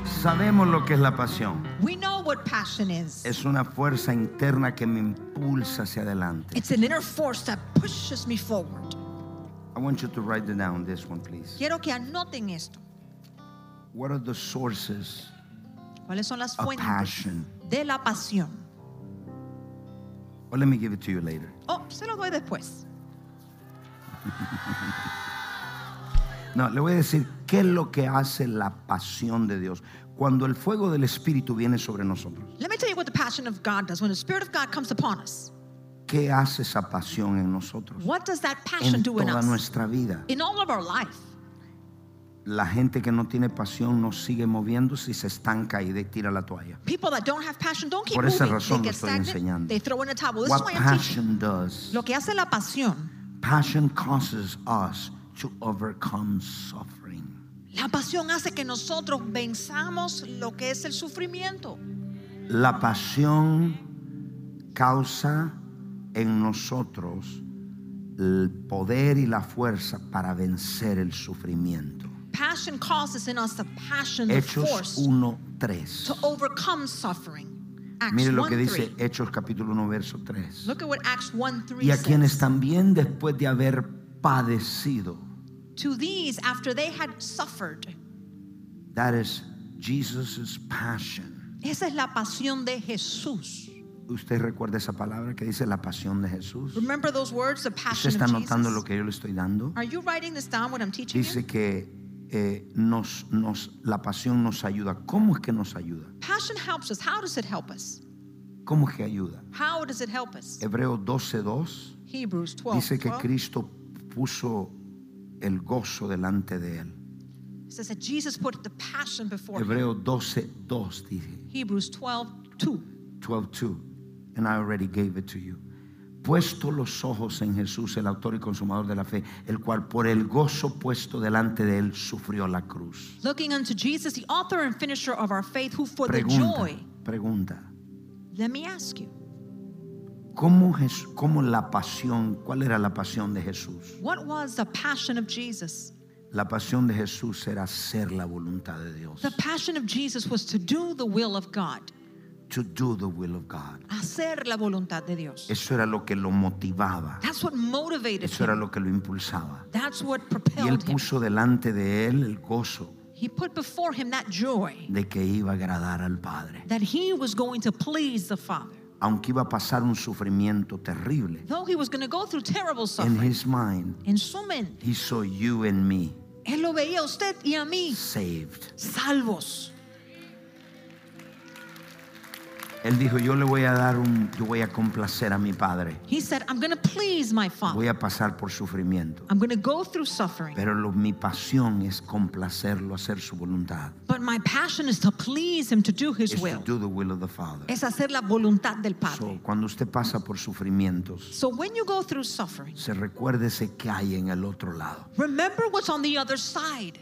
Sabemos lo que es la pasión. We know what passion is. Es una fuerza interna que me impulsa hacia adelante. It's an inner force that pushes me forward. I want you to write it down, this one, please. Quiero que anoten esto. What are the sources ¿Cuáles son las of fuentes passion? de la pasión? Well, let me give it to you later. Oh, se lo doy después. No, le voy a decir qué es lo que hace la pasión de Dios. Cuando el fuego del Espíritu viene sobre nosotros, Let me tell you what the passion of God does. When the Spirit of God comes upon us, ¿qué hace esa pasión en nosotros? what does that passion En do in toda us? nuestra vida. In all of our life. La gente que no tiene pasión no sigue moviéndose y se estanca y de- tira la toalla. People that don't have passion don't keep Por esa moving. razón they lo get estoy enseñando. stagnant. They throw in a towel. This is What why I'm teaching. passion does? Lo que hace la pasión, Passion causes us to overcome suffering. la pasión hace que nosotros venzamos lo que es el sufrimiento. La pasión causa en nosotros el poder y la fuerza para vencer el sufrimiento. Passion causes in us the passion, the Hechos force to 1.3. overcome suffering. Acts Mire lo que 1:3. dice Hechos capítulo 1, verso 3. Look at what Acts 1 3 Y a says. quienes también después de haber padecido, To these, after they had suffered, that is Jesus' passion. esa es la pasión de Jesús. ¿Usted recuerda esa palabra que dice la pasión de Jesús? Remember those words, the ¿Usted passion está of Jesus? notando lo que yo le estoy dando? Are you writing this down, what I'm teaching you? Dice que eh, nos, nos, la pasión nos ayuda. ¿Cómo es que nos ayuda? Passion helps us. How does it help us? ¿Cómo es que ayuda? How does it help us? Hebreos 12.2 Hebrews 12. dice que 12. Cristo puso el gozo delante de él. It says that Jesus put the passion before him. Hebreos 12.2 dice. Hebrews 12, 2. 12.2. And I already gave it to you. Puesto los ojos en Jesús, el autor y consumador de la fe, el cual por el gozo puesto delante de él sufrió la cruz. Looking unto Jesus, the author and finisher of our faith, who for the Pregunta, joy, pregunta. let me ask you, ¿Cómo, Jes- cómo la pasión, cuál era la pasión de Jesús? what was the passion of Jesus? La pasión de Jesús era hacer la voluntad de Dios. The passion of Jesus was to do the will of God, To do the will of God. hacer la voluntad de Dios. Eso era lo que lo motivaba. That's what motivated Eso era him. lo que lo impulsaba. That's what Y él propelled him. puso delante de él el gozo He put before him that joy de que iba a agradar al Padre. that he was going to please the Father. Aunque iba a pasar un sufrimiento terrible. Though he was going to go through terrible In suffering, his mind, en su mente, he saw you and me él lo veía a usted y a mí saved. salvos. Él dijo, yo le voy a dar un, yo voy a complacer a mi Padre. He said, I'm going to please my Father. Voy a pasar por sufrimiento. I'm going to go through suffering, Pero lo- mi pasión es complacerlo, hacer su voluntad. but my passion is to please him to do his Es to will. do the will of the Father. Es hacer la voluntad del So, Padre. cuando usted pasa por sufrimientos, So when you go through suffering, se recuérdese que hay en el otro lado. remember what's on the other side.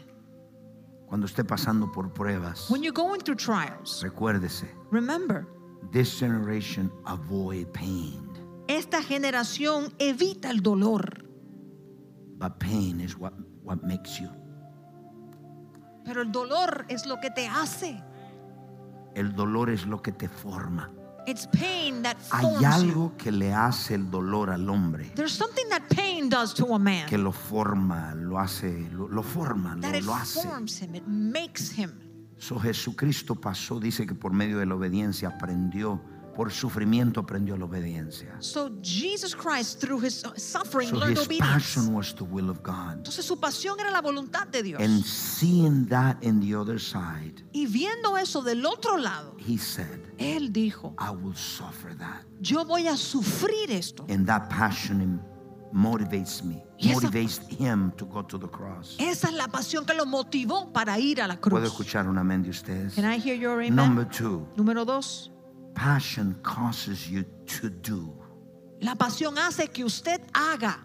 Cuando esté pasando por pruebas, When you're going through trials, recuérdese, remember, this generation avoid pain, esta generación evita el dolor, but pain is what, what makes you. pero el dolor es lo que te hace. El dolor es lo que te forma. It's pain that Hay forms you. algo que le hace el dolor al hombre, There's something that pain does to a que man lo forma, lo hace, lo, lo forma, lo, that it lo hace. forms him, it makes him. So, Jesucristo pasó, dice que por medio de la obediencia aprendió, por sufrimiento aprendió la obediencia. So Jesus Christ, through his suffering, So learned his obedience. passion was the will of God. Entonces su pasión era la voluntad de Dios. And seeing that in the other side, y viendo eso del otro lado, he said, él dijo, I will suffer that. yo voy a sufrir esto. And that passion im- motivates me, Y esa- motivates him to go to the cross. Esa es la pasión que lo motivó para ir a la ¿Puedo cruz. escuchar un amén de ustedes? Can I hear your amen? Number two, Número dos, passion causes you to do. la pasión hace que usted haga.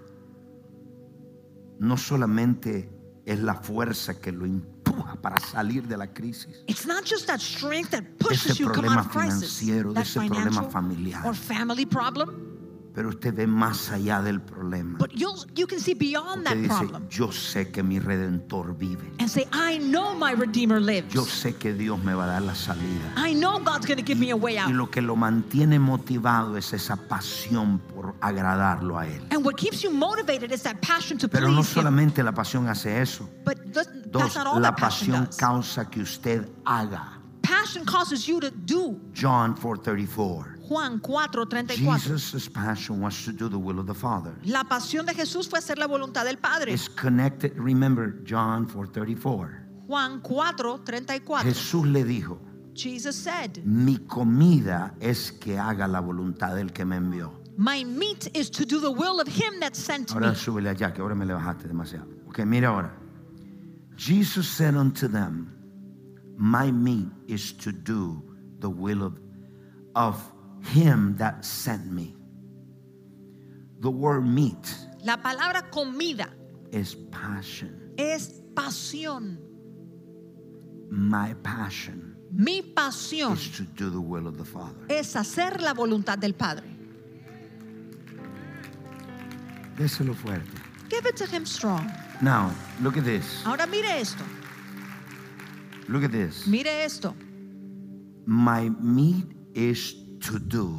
No solamente es la fuerza que lo empuja para salir de la crisis. It's not just that strength that De pushes ese you come out problema of crisis. financiero, de that ese problema financial familiar. or family problem. Pero usted ve más allá del problema. But you'll, you can see beyond Usted that dice, problem yo sé que mi redentor vive. and say, I know my Redeemer lives. Yo sé que Dios me va a dar la salida. I know God's going to give me a way Y out. lo que lo mantiene motivado es esa pasión por agradarlo a Él. And what keeps you motivated is that passion to Pero no please Him. solamente la pasión hace eso. But th- that's Dos, not all la that passion pasión does. causa que usted haga. Passion causes you to do. John 4:34. Juan 4:34. Jesus' passion was to do the will of the Father. La pasión de Jesús fue hacer la voluntad del Padre. It's connected, remember John 4:34. Juan 4:34. Jesús le dijo, Jesus said, mi comida es que haga la voluntad del que me envió. "My meat is to do the will of him that sent me." Ahora súbele allá, que ahora me le bajaste demasiado. Ok, mira ahora. Jesus said unto them, My meat is to do the will of, of him that sent me. The word meat La palabra comida is passion. es pasión. My passion Mi pasión is to do the will of the Father. es hacer la voluntad del Padre. Déselo fuerte. Give it to him strong. Now, look at this. Ahora mire esto. Look at this. Mire esto. My meat is to do.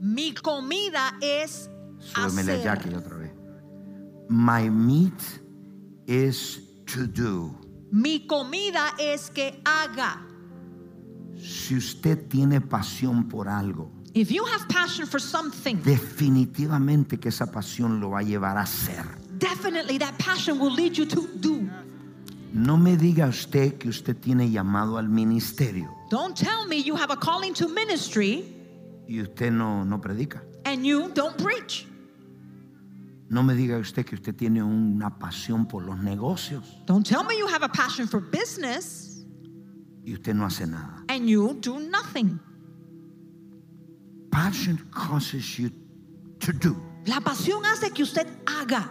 Mi comida es Súbemele a Jackie hacer. otra vez. My meat is to do. Mi comida es que haga. Si usted tiene pasión por algo, If you have passion for something, definitivamente que esa pasión lo va a llevar a hacer. definitely that passion will lead you to do. No me diga usted que usted tiene llamado al ministerio Don't tell me you have a calling to ministry y usted no, no predica. and you don't preach. No me diga usted que usted tiene una pasión por los negocios Don't tell me you have a passion for business y usted no hace nada. and you do nothing. Passion causes you to do. La pasión hace que usted haga.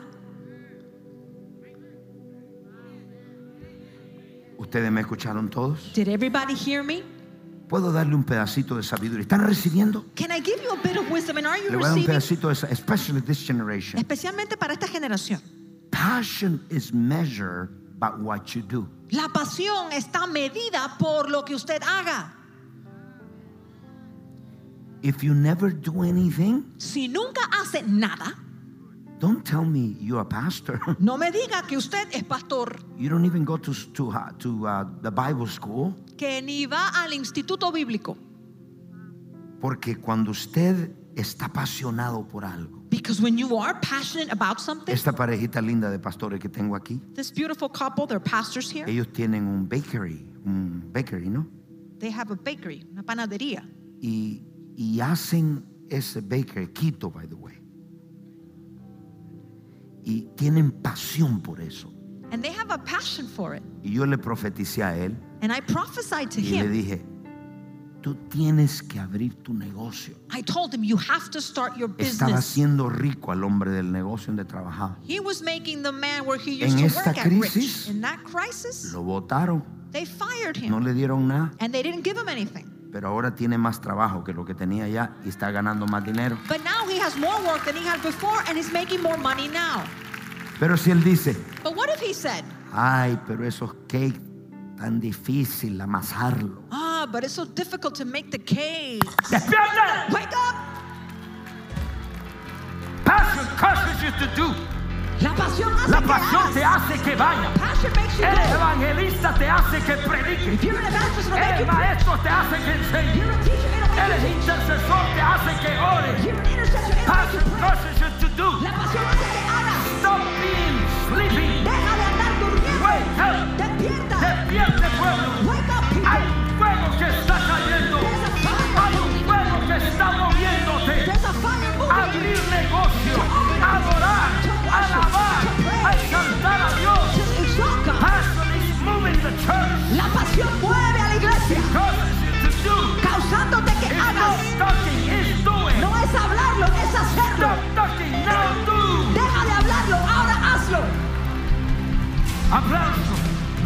¿Ustedes me escucharon todos? Did everybody hear me? ¿Puedo darle un pedacito de sabiduría? ¿Están recibiendo? Can I give you a bit of wisdom and are you Le voy a dar un receiving? pedacito de esa, especially this generation. Especialmente para esta generación. Passion is measured by what you do. La pasión está medida por lo que usted haga. If you never do anything, Si nunca hace nada, don't tell me you're a pastor. no me diga que usted es pastor, you don't even go to to, uh, to uh, the Bible school. que ni va al instituto bíblico. Porque cuando usted está apasionado por algo, Because when you are passionate about something, esta parejita linda de pastores que tengo aquí, this beautiful couple, they're pastors here, ellos tienen un bakery, un bakery, ¿no? they have a bakery, una panadería. Y, y hacen ese bakery, Quito, by the way. Y tienen pasión por eso. And they have a passion for it. Y yo le profeticé a él And I prophesied to y le him. dije, tú tienes que abrir tu negocio. I told him, you have to start your Estaba business. haciendo rico al hombre del negocio donde trabajaba. He was making the man where he En used to esta work at crisis, rich. In that crisis, Lo votaron, they fired no him. le dieron nada, And they didn't give him anything. pero ahora tiene más trabajo que lo que tenía ya y está ganando más dinero. But now he has more work than he had before and he's making more money now. Pero si él dice, But what if he said, ay, pero esos cakes tan difícil amasarlo. ah, but it's so difficult to make the cake. Wake up! Passion causes you to do. La pasión hace La que pasión hagas. te hace que vaya. Passion makes you Eres go. evangelista, te hace que If predique. you're an evangelist, it'll make Eres you maestro, te hace que enseñe. You're a teacher, it'll make Eres you teach. intercesor, te hace que ore. You're an intercessor, it'll make you Passion pray. causes you to do. La pasión hace que hagas. Stop being sleeping. Deja de andar Wake durmiendo. up. Despierta. Despierte, pueblo. Wake up, Hay people. un fuego que está cayendo. There's a Hay fire. un fuego que está moviéndote. There's a fire moving. abrir negocio, adorar, alabar, exaltar a Dios. Just exalt God. Pastor is moving the church. La pasión mueve a la iglesia, Causes you to do. causándote que It's not hagas. talking, it's doing. No es hablarlo, es hacerlo. Stop talking, now do. Deja de hablarlo, ahora hazlo. Aplauso,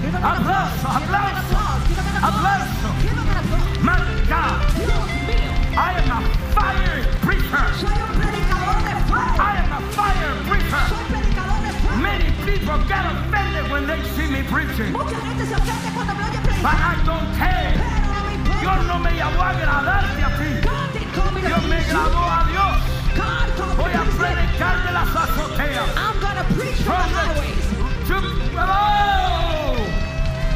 Give him an aplauso, aplauso. applause, give him an applause, Aplauso. give him an applause. My God, Dios mío, I am a fire preacher. soy un predicador de Aleluya, voy a agradarte a ti. God did call me to Yo me preach. agradó a Dios. God called me Voy to a preach. predicar de las azoteas. I'm gonna preach from the highways. Yo- ¡Oh!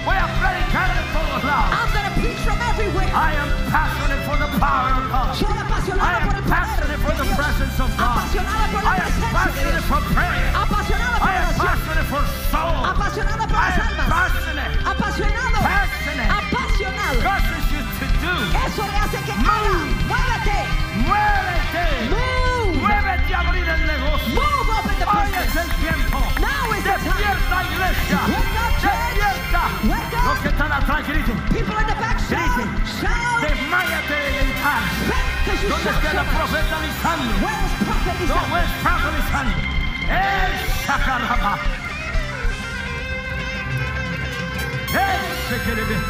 Voy a predicar de todos lados. I'm gonna preach from everywhere. I am passionate for the power of God. Soy I apasionada am por el poder passionate for de the Dios. presence of God. Apasionada por la I am presencia de passionate Dios. for prayer. Apasionada I por la am oración. passionate for soul. Apasionada por I las am almas. passionate. Apasionado. Passionate. Apasionado. God says you to do. Eso le hace que haga. Muévete. Muévete. Move. Muévete a abrir el negocio. Move up in the Hoy es presence. el tiempo. Now is the time. Despierta, iglesia. Wake up, church. Despierta. Wake up. Los que están atrás griten. People in the back shout. Shout. Desmáyate de entrar. Because you ¿Dónde shout. está la shout. profeta Lisandro? Where is prophet Isaiah? No es Pablo Lisandro. Es Sacaraba. Él se quiere ver.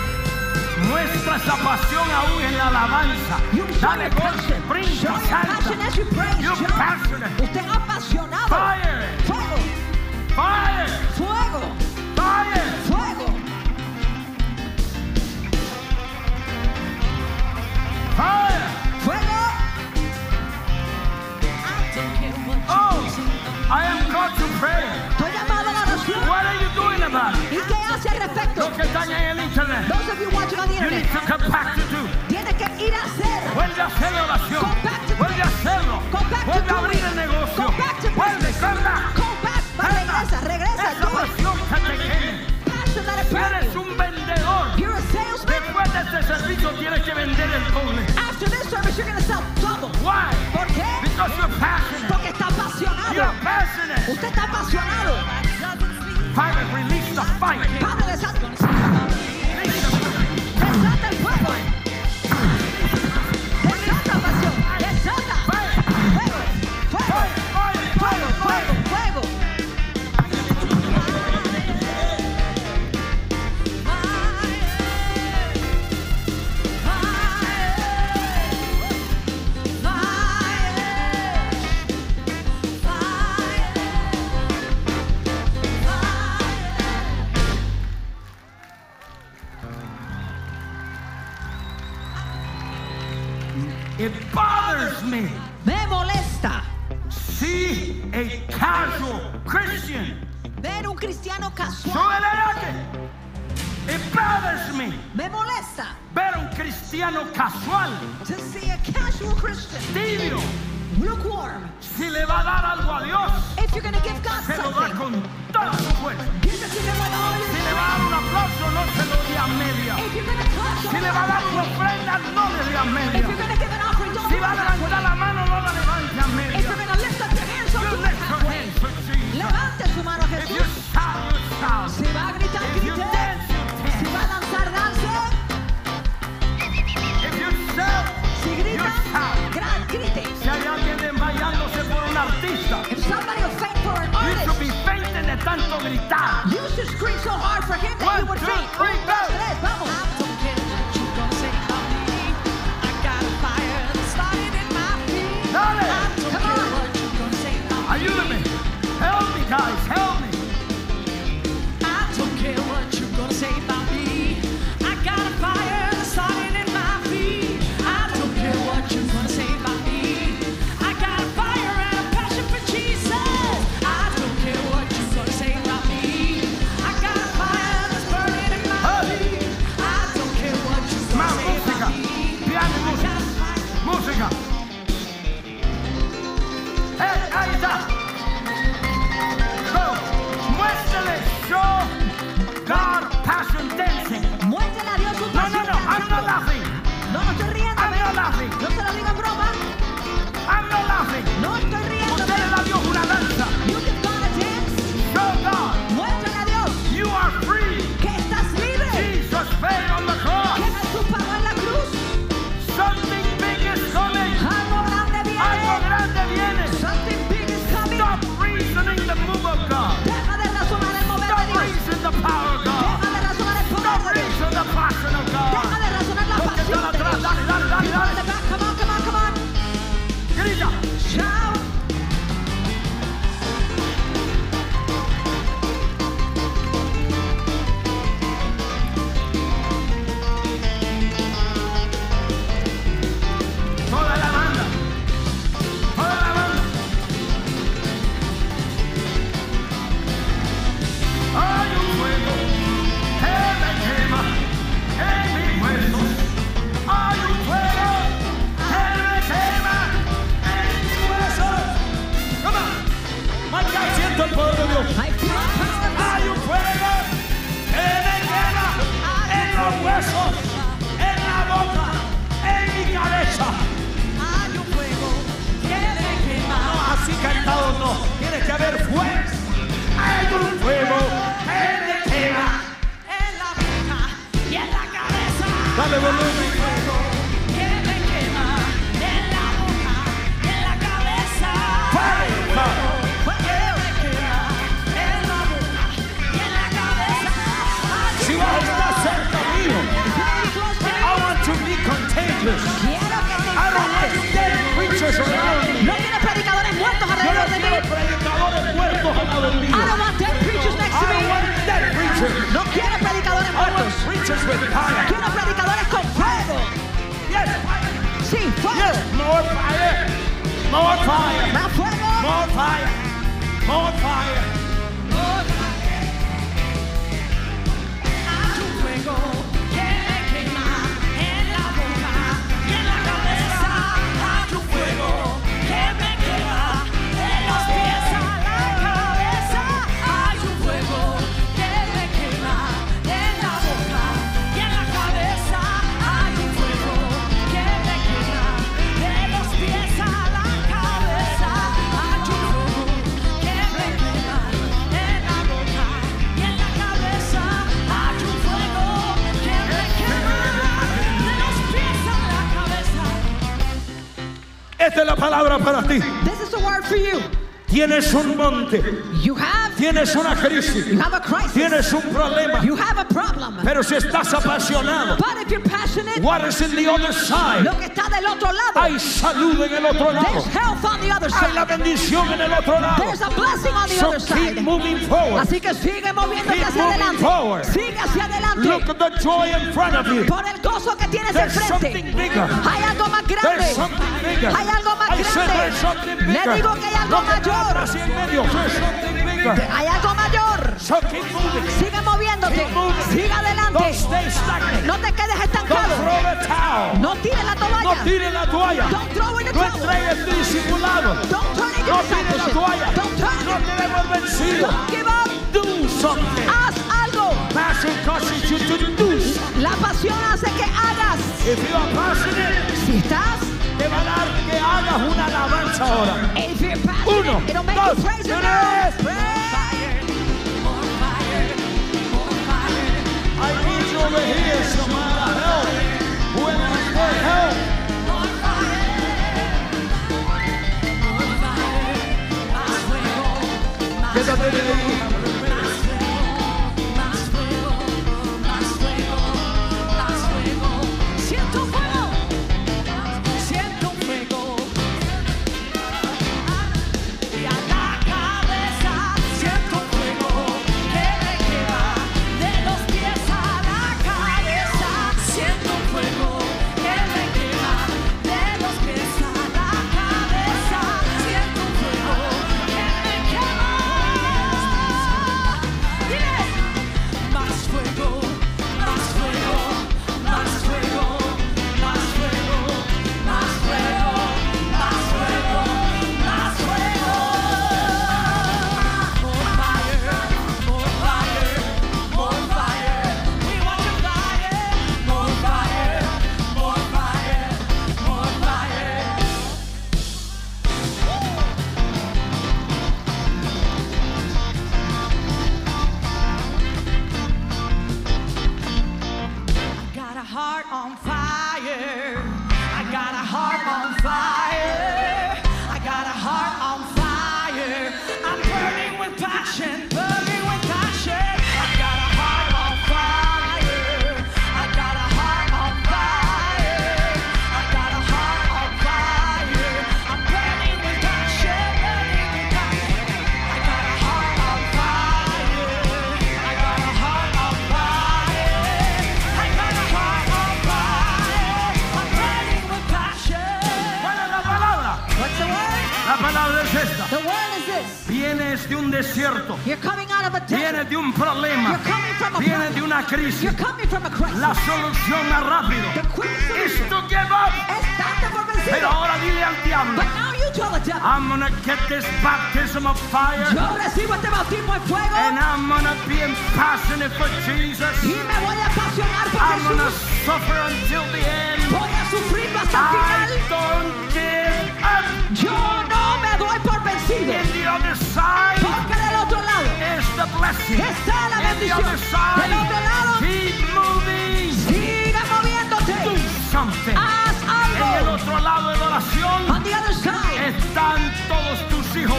Muestra esa pasión aún en la alabanza. You show Dale your golpe, passion. Show brinca, your passion salta. as you praise. You're shout. passionate. Usted es apasionado. Fire, Fuego, fire, fuego, fire. fuego. Fire! Fuego. Oh, I am called to pray. Estoy llamado a la oración. What are you doing about it? ¿Y qué hace al respecto? Los que están en el internet. Those of you watching on the You need internet, to come back to do. tiene que ir a hacer. Vuelve a hacer la oración. Go back to Vuelve a hacerlo. Go back to Vuelve a doing. abrir el negocio. Go back to Vuelve, business. come back. Go back. Va, regresa, regresa. pues. Esa Do it. pasión que te quede. Passion that Si eres is burning. un vendedor, You're a salesman. después de este servicio tienes que vender el doble. After this service, you're going to sell double. Why? ¿Por qué? Because you're passionate. Porque está You're apasionado. passionate. Usted está apasionado. Father, release the fight. Padre, desata desata el fuego. Desata la pasión. Desata. Fuego. Fuego. Fuego. Fuego. Fuego. It bothers me. Me molesta See a casual Christian ver un cristiano casual. Sube el ataque. It bothers me Me molesta ver un cristiano casual, to see a casual Christian tibio. lukewarm. Si le va a dar algo a Dios, If you're gonna give God se lo da something, con todo su cuerpo. give it to Him with all your Si le soul. va a dar un aplauso, no se lo dé a media. If you're gonna clap, Si le va a dar una ofrenda, no le dé a If you're media. gonna give an offering, don't Si do it va a levantar halfway. la mano, no la levante a If you're media. gonna lift up your hands, You don't do it lift your halfway. hands for Jesus. Levante su mano, If you Jesús. shout, you shout. Si va a gritar, If you grite. dance, you Si dance. va a lanzar, lance. If you shout, Si grita, gran- grite. si hay alguien desmayándose por un artista, If somebody will faint for an You should be artist, fainting de tanto gritar. you should scream so hard for him that One, you would two, faint. three, go. Un, dos, tres, vamos. Dale, Come on. ayúdame. Help me, guys, help me. Hey, Eh, Tengo un fuego que me quema en la boca y en la cabeza. Dale volumen. Fuego que me quema en la boca y en la cabeza. Fuego que me quema en la boca y en la cabeza. Si vas a estar cerca mío, I want to be contagious. Quiero que te I don't want infectes. to get preachers around me. No quiero predicadores Yo muertos no quiero predicadores muertos alrededor de mí. al lado mío. I don't want dead preachers I next to don't me. want dead preachers. No quiero predicadores I want muertos. preachers with fire. Quiero predicadores con fuego. Yes, fire. Sí, fuego. Yes, more fire. More fire. Más fuego. More fire. More fire. A tu fuego que me quema en la boca y en la cabeza. A tu fuego que me quema en los pies a la cabeza. A tu fuego que me quema en la boca y en la cabeza. A tu fuego que me quema de los pies a la cabeza. A tu fuego que me quema en la boca y en la cabeza. A tu fuego que me quema de los pies a la cabeza. Esta es la palabra para ti. This is a word for you. Tienes un monte, You have tienes una you crisis, have a crisis. tienes un problema. You have a problem. Pero si estás apasionado, But if you're passionate, what is in the other side? lo que está del otro lado, Hay salud en el otro lado. there's health on the other Hay la side. bendición en el otro lado. There's a blessing on the So other keep side. moving forward. Así que sigue moviéndote Keep hacia moving forward. adelante. Sigue hacia Look adelante. at the joy in front of you. Por el gozo que tienes There's enfrente. something bigger. Hay algo más grande. There's something bigger. Hay algo más I said grande. there's something Le bigger. digo que hay algo No te quedas mayor. así en medio. There's something bigger. Hay algo mayor. So keep moving. Sigue moviéndote. Keep moving. Sigue Don't adelante. stay stagnant. No te quedes Don't estancado. throw the towel. No tires la No toalla. tires la toalla. Don't throw in the No towel. entregues tu discipulado. Don't turn No it your tires la discipleship. toalla. Don't turn No te demos vencido. Don't give up. Do something. Haz algo. Passion causes you to do something. La pasión hace que hagas. If you are passionate, Si estás, te va a dar que hagas una alabanza ahora. if you're passionate, Uno, it'll make you dos, praise the tres. Lord. Praise. I need you over here, Samara. Help. Whoever is there, help. Quédate de ahí. Siento fuego. Siento fuego. Y a la cabeza siento fuego que me quema de los pies a la cabeza. Siento fuego que me quema de los pies a la cabeza. Siento fuego que me quema. Dile, más fuego, más fuego, más fuego, más fuego, más fuego, más fuego, más fuego. More fire, more fire, more fire. We want your fire. More fire, more fire, more fire. got a heart on fire. I got a heart on fire. I got a heart on fire. I'm burning with passion, burning with passion. I got a heart on fire. I got a heart on fire. I got a heart on fire. I'm burning with passion, burning with passion. I got a heart on fire. I got a heart on fire. I got a heart on fire. I'm burning with passion. ¿Cuál es la palabra? What's the word? La palabra es esta. The word is this. Vienes de un desierto. You're coming out of a desert. Vienes de un problema. You're coming from a Vienes de una crisis. You're coming from a crisis. La solución es rápido. The quick It's solution to give up. is not the Pero Ah. vencido. ahora dile al diablo. But now you tell the devil, I'm gonna get this baptism of fire. yo recibo este bautismo en And fuego I'm gonna be passionate for y Jesus. me voy a apasionar I'm por gonna Jesús. suffer until the end. Voy a sufrir hasta I el final. don't give up. Yo no me doy por vencido. And the other side Porque del otro lado is the Ah.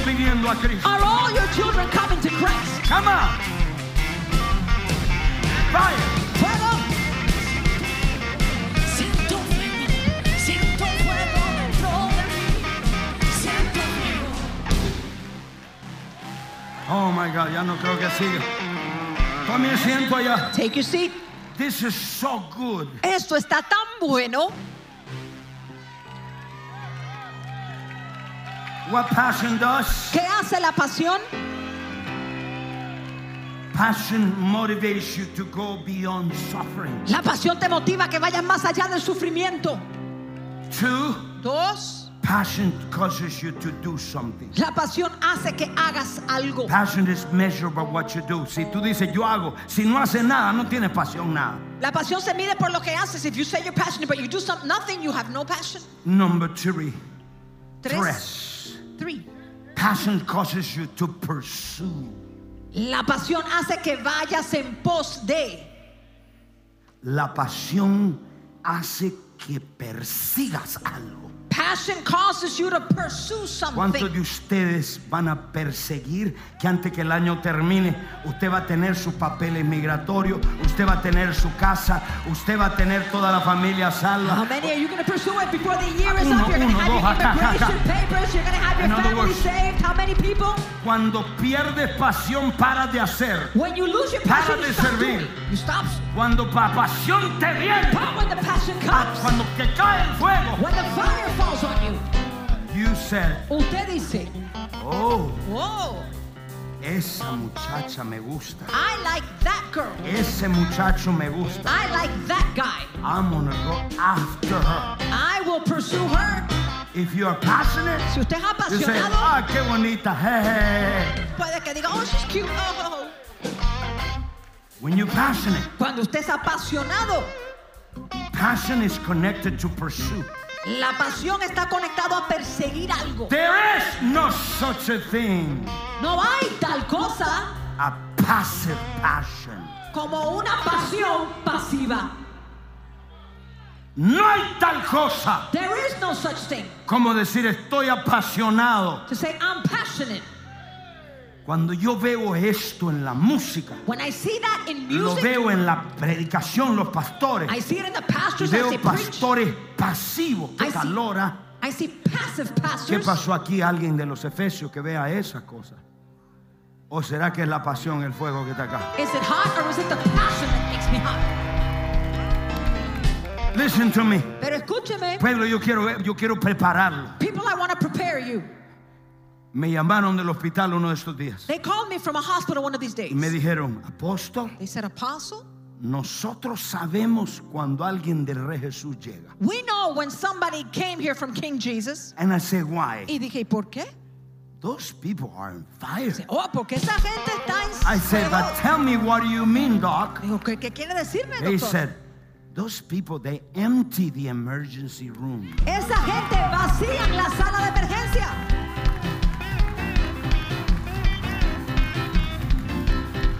viniendo a Cristo. Are all your children coming to Christ? Ah. Come on. Fire. Fuego. Siento fuego, siento fuego dentro de mí. Siento fuego. Oh my God, ya no creo que siga. También siento allá. Take your seat. This is so good. Esto está tan bueno. What passion does? ¿Qué hace la pasión? Passion motivates you to go beyond suffering. La pasión te motiva a que vayas más allá del sufrimiento. Two, Dos, passion causes you to do something. la pasión hace que hagas algo. Passion is measured by what you do. Si tú dices yo hago, si no haces nada, no tienes pasión nada. La pasión se mide por lo que haces. If you say you're passionate but you do some, nothing, you have no passion. Number three, Tres, dress. three. Passion causes you to pursue. La pasión hace que vayas en pos de. La pasión hace que persigas algo. Passion causes you to pursue ¿Cuántos something. de ustedes van a perseguir que antes que el año termine, usted va a tener sus papeles migratorios, usted va a tener su casa, usted va a tener toda la familia How salva? many are you going to pursue it before the year is Uno, up? You're going to uno, have your dos, acá, acá, immigration papers. You're going to have In your other family words- saved. How many people? Cuando pierdes pasión, para de hacer. When you lose your Para passion, de you stop servir. doing. You stop. Cuando pa pasión te viene, But when the passion pa- comes, cuando te cae el fuego, when the fire falls on you, you said, usted dice, oh, whoa, esa muchacha me gusta, I like that girl. ese muchacho me gusta. I like that guy. I'm gonna go after her. I will pursue her. If you are passionate, Si usted es you say, apasionado, ah, qué bonita. Hey, hey, hey. puede que diga, oh, she's cute. Oh, oh, oh. When you're passionate, Cuando usted es apasionado, passion is connected to pursuit. la pasión está conectado a perseguir algo. There is no such a thing No hay tal cosa a passive passion. como una pasión pasiva. No hay tal cosa There is no such thing como decir estoy apasionado. to say I'm passionate. Cuando yo veo esto en la música, When I see that in lo music, veo en la predicación, los pastores, I see it in the y pastors as they veo preach. pastores pasivos. Qué I see- calor, ah. I see passive ¿Qué pastors. pasó aquí? Alguien de los Efesios que vea esas cosas. ¿O será que es la pasión, el fuego que está acá? Is it hot or is it the passion that makes me hot? Listen to me. Pero escúcheme, Pedro, yo quiero, ver- yo quiero prepararlo. people, I want to prepare you. Me llamaron del hospital uno de estos días. They called me from a hospital one of these days. Y me dijeron, apóstol, They said, Apostle, nosotros sabemos cuando alguien del Rey Jesús llega. we know when somebody came here from King Jesus. And I said, why? Y dije, ¿por qué? Those people are on fire. Oh, porque esa gente está en I said, but fuego. tell me what do you mean, doc? Digo, ¿qué, qué quiere decirme, They doctor? said, those people, they empty the emergency room. esa gente vacía en la sala de emergencia.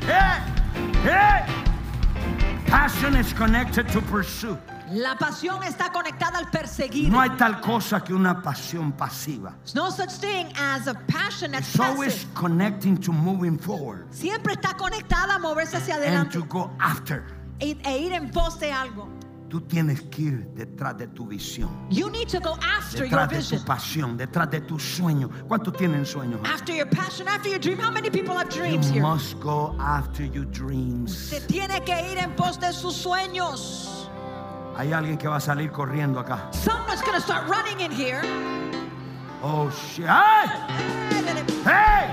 Hey, hey. Passion is connected to pursuit. La pasión está conectada al perseguir. No hay tal cosa que una pasión pasiva. There's no such thing as a passion that's It's always passive. connecting to moving forward Siempre está conectada a moverse hacia and adelante to go after. e, e ir en pos de algo. Tú tienes que ir detrás de tu visión, You need to go after your detrás de tu vision, pasión, detrás de tu sueño. ¿Cuántos tienen sueños? after your passion, after your dream. How many people have You dreams here? must go after your Se dreams. tiene que ir en pos de sus sueños. Hay alguien que va a salir corriendo acá. Someone's gonna start running in here. Oh, shit. ¡Hey! ¡Hey!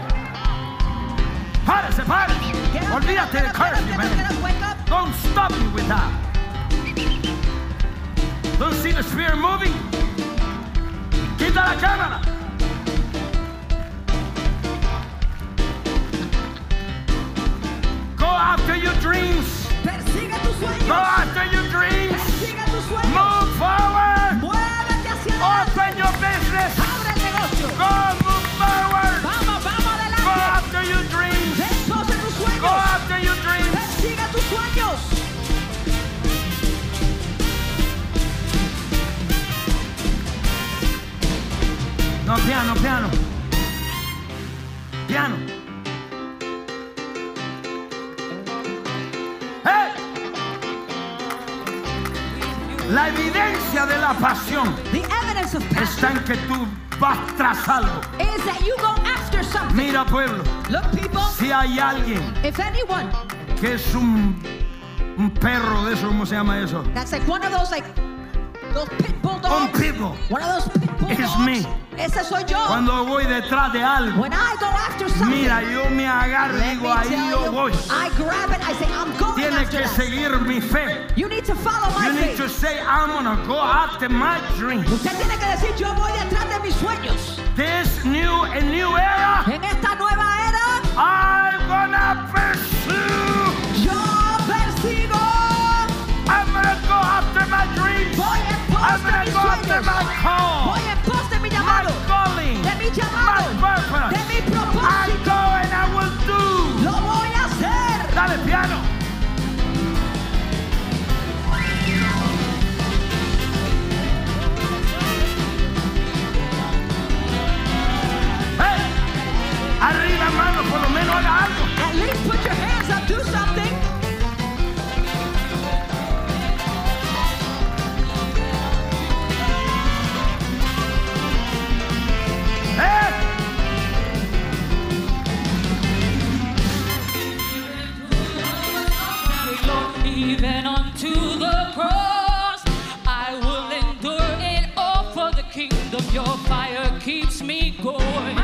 ¡Párese, párese! Olvídate de cursing, man. Don't stop me with that. Don't see the spear moving. Quita la cámara. Go after your dreams. Persigue tus Go sueños. after your dreams. Persigue tus sueños. Move forward. Muévete hacia adelante. Open your business. Abre el negocio. Go move forward. Vamos, vamos Go adelante. after your dreams. Ve en pos de tus Go sueños. after your dreams. Persigue tus sueños. No, piano, piano. Piano. ¡Eh! La evidencia de la pasión The evidence of está passion en que tú vas tras algo. is that you go after something. Mira pueblo, Look, people, si hay alguien if anyone que es un, un perro de eso, ¿cómo se llama eso? that's like one of those like those pit bull Un dogs, pico. one of those pit bull It's dogs. me. Ese soy yo. Cuando voy detrás de algo, when I go after something, mira, yo me agarro y let me digo, ahí tell yo you, voy. I grab it. I say, I'm going Tiene after que that. seguir mi fe. You need to follow my You need faith. to say, I'm gonna go after my dream. Usted tiene que decir, yo voy detrás de mis sueños. This new and new era, En esta nueva era, I'm gonna pursue. yo persigo. I'm gonna go after my dream. Voy en I'm pos de gonna mis go after sueños. my call. Voy en pos de mi My llamado. calling. De mi My llamado. De purpose. mi I propósito. go and I will do. Lo voy a hacer. Dale piano. Hey, arriba mano, por lo menos haga algo. At least put your hands up. Do something. ¡Eh! Even unto the cross, I will endure it all for the kingdom. Your fire keeps me going.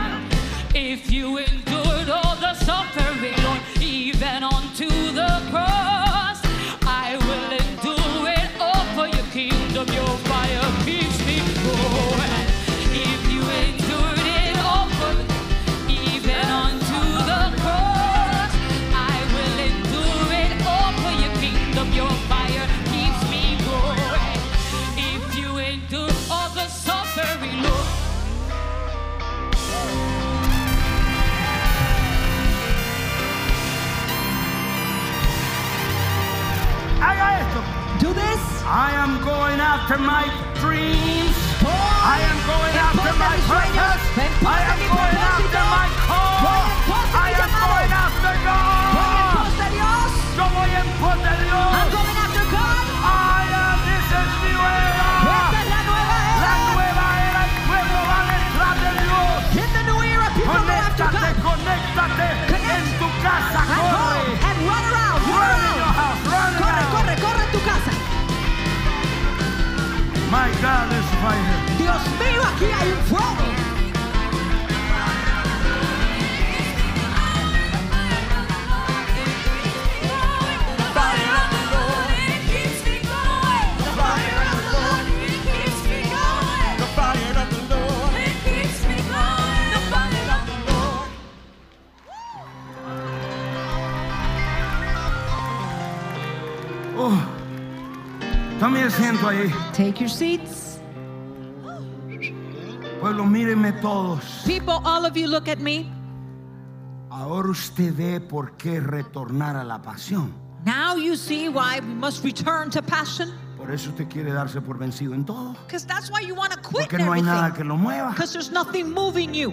If you endured all the suffering, Lord, even unto the cross, I will endure it all for your kingdom. Your fire keeps me going. If you endured it all for the, even unto the cross, I will endure it all for your kingdom. Your fire keeps me going. If you endure all the suffering, Lord. Haga esto. Do this. I am going after my dreams. I am going en after pos de my mis sueños, purpose. en pos I de am mi going after propósito. my Voy call. en pos de I mi am going llamado. after Voy en God. pos Yo voy en pos de Dios. de I'm Dios. going after God. I am, this is new Esta era. es la nueva La era. nueva era, el pueblo va detrás de Dios. In the new era, people go after Conéctate, God. conéctate. Connect. En tu casa, At home corre. and run around, run Run in your around. house, run Corre, around. corre, corre en tu casa. My God is fire. Dios mío, aquí hay un fuego. Oh. Tome asiento ahí. Take your seats. Pueblo, mírenme todos. People, all of you look at me. Ahora usted ve por qué retornar a la pasión. Now you see why we must return to passion. Por eso usted quiere darse por vencido en todo. Because that's why you want to quit Porque no hay nada everything. que lo mueva. Because there's nothing moving you.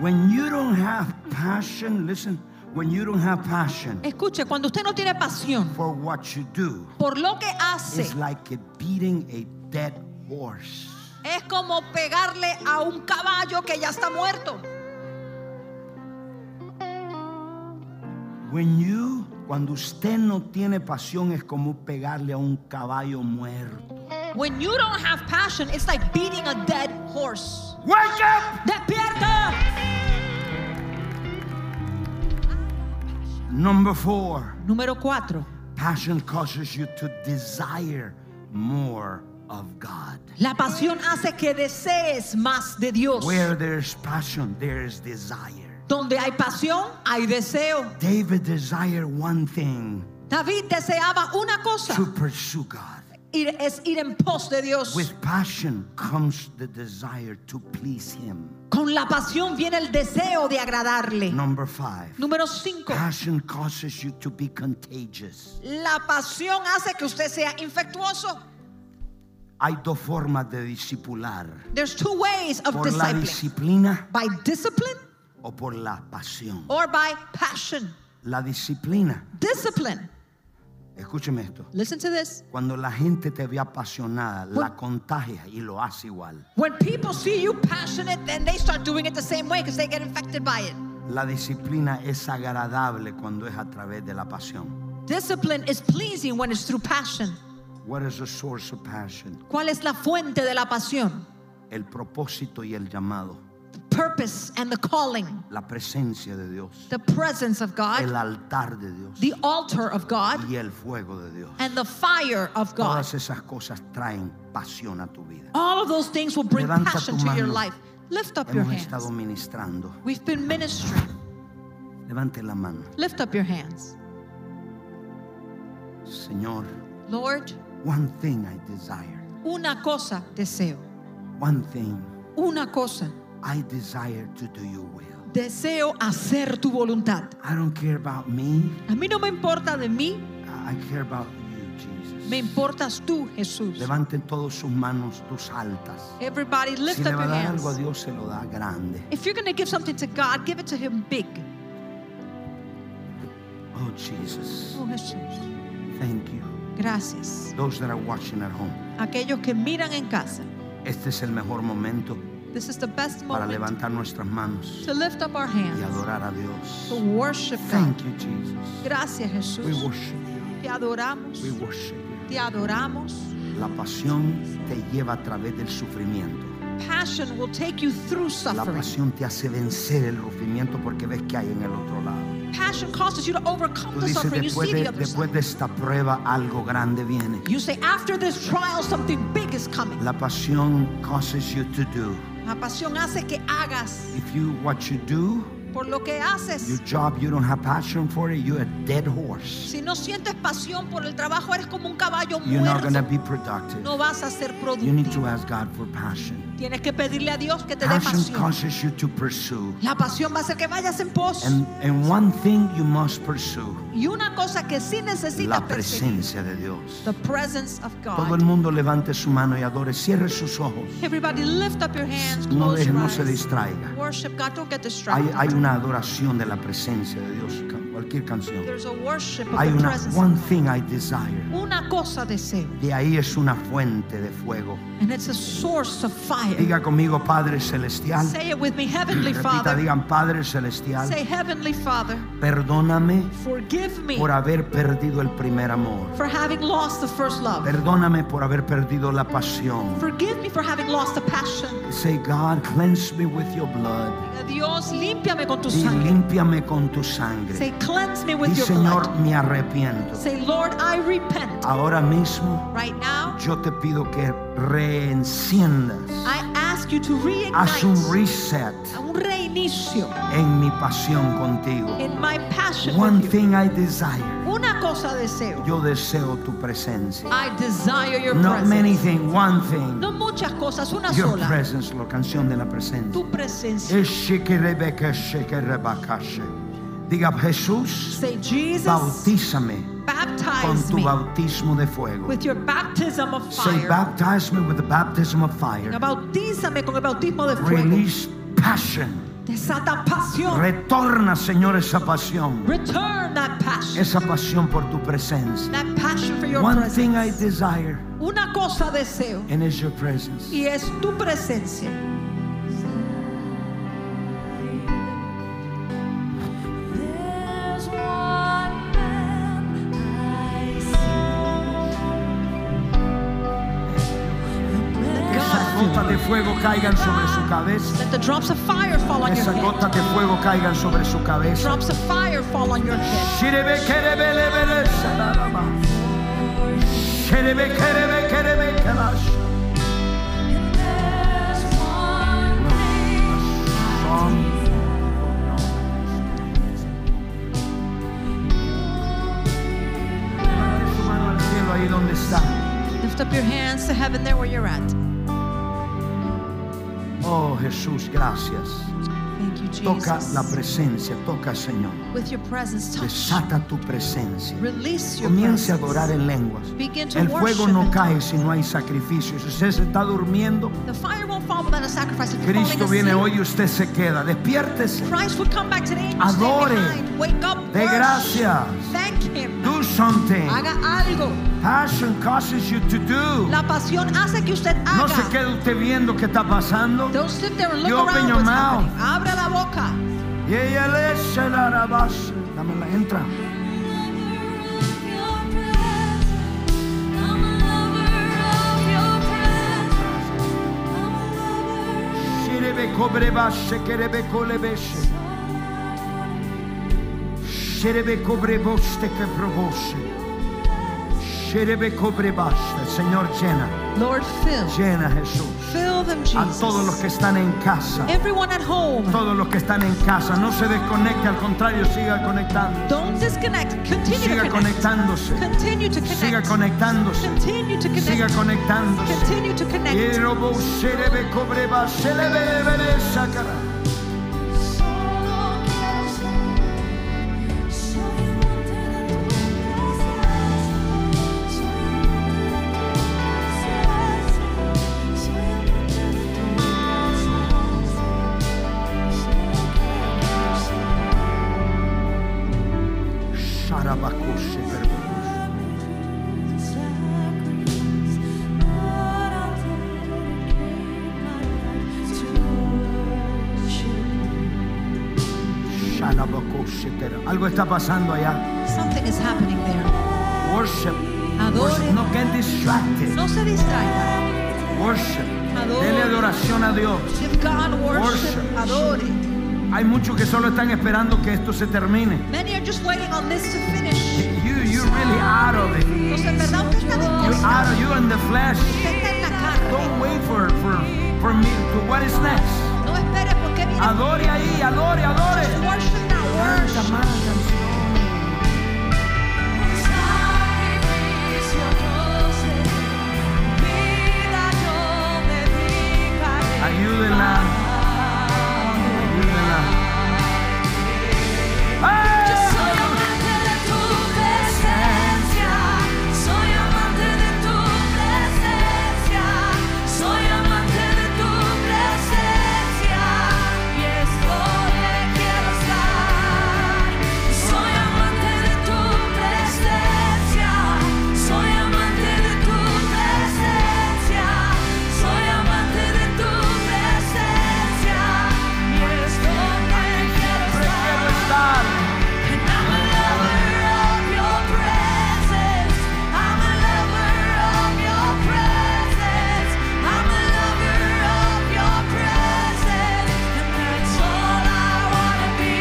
When you don't have passion, listen, when you don't have passion Escuche, cuando usted no tiene pasión for what you do, por lo que hace, it's like a beating a dead horse. es como pegarle a un caballo que ya está muerto. When you, cuando usted no tiene pasión, es como pegarle a un caballo muerto. When you don't have passion, it's like beating a dead horse. Wake up! ¡Despierta! Number four, Número 4. passion causes you to desire more of God. La pasión hace que desees más de Dios. Where there's passion, there's desire. Donde hay pasión, hay deseo. David desired one thing David deseaba una cosa to pursue God. ir- es ir en pos de Dios. With passion comes the desire to please Him. Con la pasión viene el deseo de agradarle. Number five, Número 5. passion causes you to be contagious. La pasión hace que usted sea infectuoso. Hay dos formas de discipular: There's two ways of por la discipling. disciplina By discipline o por la pasión, or by passion, la disciplina. discipline. Escúcheme esto. Listen to this. Cuando la gente te ve apasionada, la contagia y lo hace igual. When people see you passionate, then they start doing it the same way because they get infected by it. La disciplina es agradable cuando es a través de la pasión. Discipline is pleasing when it's through passion. What is the source of passion? ¿Cuál es la fuente de la pasión? El propósito y el llamado, Purpose and the calling, la presencia de Dios, the presence of el God, altar de Dios the altar of God, y el fuego de Dios. and the fire of God. Todas esas cosas traen pasión a tu vida. All of those things will bring Levanta passion tu to your mano. life. Lift up your Hemos hands. estado ministrando. We've been ministering. Levante la mano. Lift up your hands. Señor, Lord, one thing I desire. una cosa deseo. One thing Una cosa. I desire to do your will. Deseo hacer tu voluntad. I don't care about me. A mí no me importa de mí, I I care about you, Jesus. me importas tú, Jesús. Levanten todos sus manos, tus altas. Everybody Si lift le up va a your dar algo a hands. Dios, se lo da grande. If you're going to give something to God, give it to him big. Oh, Jesus. Oh, Jesús. Thank you. Gracias. Those that are watching at home. Aquellos que miran en casa. Este es el mejor momento This is the best para moment levantar nuestras manos to lift up our y hands, adorar a to Dios. worship Oh, God. Thank you, Jesus. Gracias, We Jesús. worship you. Te adoramos. We worship you. Te adoramos. La pasión te lleva a través del sufrimiento. Passion will take you through La suffering. pasión te hace vencer el sufrimiento porque ves que hay en el otro lado. Passion causes you to overcome Tú the dices, suffering. You después see de, the other después side. de esta prueba algo grande viene. You say, after this trial, something big is coming. La pasión causes you to do. La pasión hace que hagas. If you what you do, Por lo que your haces, job, you don't have passion for it, you're a dead horse. si no sientes pasión por el trabajo, eres como un caballo You're not gonna muerto. be productive. No vas a ser You need to productivo. ask God for passion. Tienes que pedirle a Dios que te dé Passion pasión. causes you to pursue. La pasión va a hacer que vayas en pos. And, and one thing you must pursue, Y una cosa que sí necesitas la perseguir. presencia de Dios. The presence of Todo el God. mundo levante su mano y adore. Cierre sus ojos. Everybody lift up your hands. No, Close deje, your no se eyes. distraiga. Worship God. Don't get Hay, distracted. hay una adoración de la presencia de Dios. ca- Cualquier canción. There's a worship of Hay the una presence. one thing I desire. Una cosa deseo. De ahí es una fuente de fuego. And it's a source of fire. Diga conmigo, Padre Celestial. Say it with me, Heavenly Repita, Father. digan, Padre Celestial, Say, Heavenly Father, perdóname forgive me por haber perdido el primer amor. for having lost the first love. Perdóname por haber perdido la pasión. Forgive me for having lost the passion. Say, God, cleanse me with your blood. Dios, límpiame con tu Y sangre. límpiame con tu sangre. Say, cleanse me Y with your Señor, blood. me arrepiento. Say, Lord, I repent. Ahora mismo Right now, yo te pido que reenciendas, I ask you to haz un reignite reset un reinicio en mi pasión contigo. in my passion One with you. thing I desire, Una cosa deseo. yo deseo tu presencia. I desire your Not many presence. things, one thing, No muchas cosas, una your sola. presence, la canción de la presencia. Tu presencia. Eshikirebekeshikirebakashe. Diga Jesús, Say, Jesus, bautízame con baptize tu me bautismo de fuego. with your baptism of Say, fire. baptize me with the baptism of fire. Bautízame con el bautismo de fuego. Release passion. Desata pasión. Retorna, Señor, esa pasión. Return that passion. Esa pasión por tu presencia. That passion for your One thing I presence. desire, Una cosa deseo and it's your presence. y es tu presencia. There's one man I Esas gotas de fuego caigan sobre su cabeza. Let the drops of fire fall on your Esas head. gotas de fuego caigan sobre su cabeza. Drops of fire fall on your head. Shirebekerebelebeleshadarama. Shirebekerebekerebekelash. There's one thing Song. Levante su mano al cielo ahí donde está. Lift up your hands to heaven there where you're at. Oh Jesús, gracias. Thank you, Toca la Jesus. presencia, toca Señor. With your presence, touch. Desata tu presencia. Release your Comience a presence. adorar en lenguas. Begin to El fuego worship no in cae tongues. si no hay sacrificio. Si usted se está durmiendo, The fire won't fall without a sacrifice. If you're Cristo falling viene asleep, hoy y usted se queda. Despiértese. Christ will come back today. and you stay Adore. behind. Wake up. De worship. gracias. Thank him. Do something. Haga algo. Passion causes you to do. La pasión hace que usted No se haga. quede usted viendo qué está pasando. Don't sit there and look You open around your what's mouth. happening. Abra la boca. Y ella le echa la rabasa. Dámela, entra. Sherebe cobrebashe, kerebe colebeshe. Sherebe cobreboste que probose. Sherebe cobrebasta. Señor, llena, Lord, fill. llena Jesús. Fill them, A Jesus. todos los que están en casa, Everyone at home, todos los que están en casa, no se desconecte, al contrario, siga conectando. don't disconnect. Continue Siga to connect. conectándose, Continue to connect. siga conectándose, Continue to connect. siga conectándose. Continue to connect. Yerobo, sherebe, cobreba, shelebe, bebe, shakara. Sharabakoshe, perbakoshe. Shalabakoshe, per- Algo está pasando allá. Something is happening there. Worship. Adore. Worship. No get distracted. No se distraiga. Worship. Adore. Dele adoración a Dios. Give God worship. Worship. Adore. Hay muchos que solo están esperando que esto se termine. Many are just waiting on this to finish. You, you really out of it. You Entonces, en verdad, usted está dispuesto. out of you in the flesh. Usted está en la carne. Don't wait for for for me to what is next. No espere porque viene. Adore ahí, adore, adore. Just worship now. Canta Worship. más canciones. Ayúdenla. uh, Ayúdenla. Yo ¡Ay! soy amante de tu presencia, soy amante de tu presencia, soy amante de tu presencia, y es donde quiero estar. Soy amante de tu presencia, soy amante de tu presencia, soy amante de tu presencia, y es donde quiero Siempre quiero estar. estar. And I'm a lover of your presence. I'm a lover of your presence. I'm a lover of your presence. And that's all I wanna be.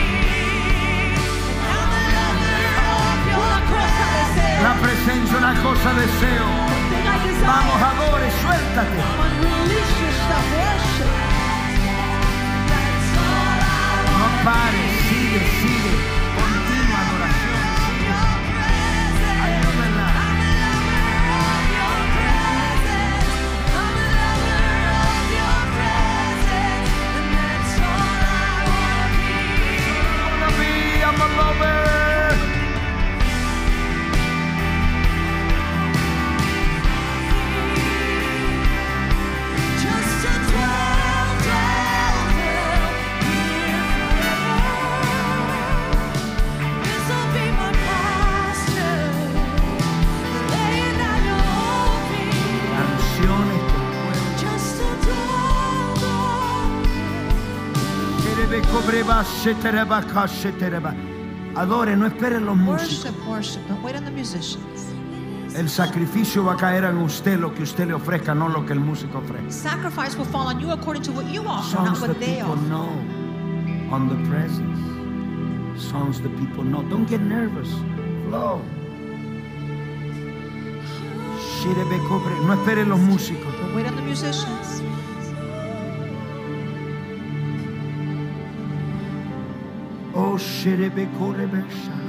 And I'm a lover of your presence. La presencia, una cosa deseo. Something I Vamos, desire. adore, suéltate. Release yourself. Worship. That's all I want. No pares, sigue, sigue. Continua adoración. Ayúdenla. Wanna be, I'm a lover. Just a dwell, dwell, dwell here forever. This'll be my pasture. Lay down your old feet. Canciones que Just a dwell, dwell. puedo. Terebe, cobreba, setereba, casetereba. Adore, no esperen los músicos. Worship, worship. Don't wait on the musicians. El sacrificio va a caer en usted lo que usted le ofrezca, no lo que el músico ofrece. Sacrifice will fall on you according to what you offer, not Songs the what they people offer. know on the presence. Songs the people know. Don't get nervous. Flow. Sherebe, cobre. No esperen los músicos. Don't wait on the musicians. Oh, sherebe, corebe, shara.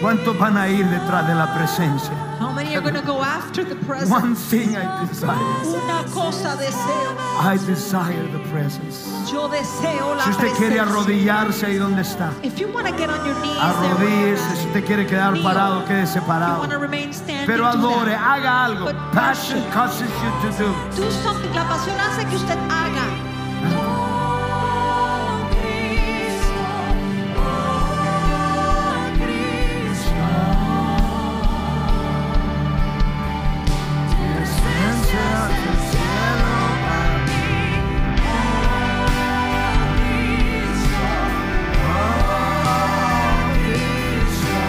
¿Cuántos van a ir detrás de la presencia? How many are going to go after the presence? One thing I desire. Una cosa deseo. I desire the presence. Yo deseo la Si usted quiere presencia. arrodillarse ahí donde está, If you want to get on your knees, arrodíllese. Si usted quiere quedar parado, quédese You want to parado. remain standing. Pero do adore, that. haga algo. Passion causes you to do. Do something. La pasión hace que usted haga. Oh Cristo, oh Cristo, tus estrellas del cielo para mí. Oh Cristo,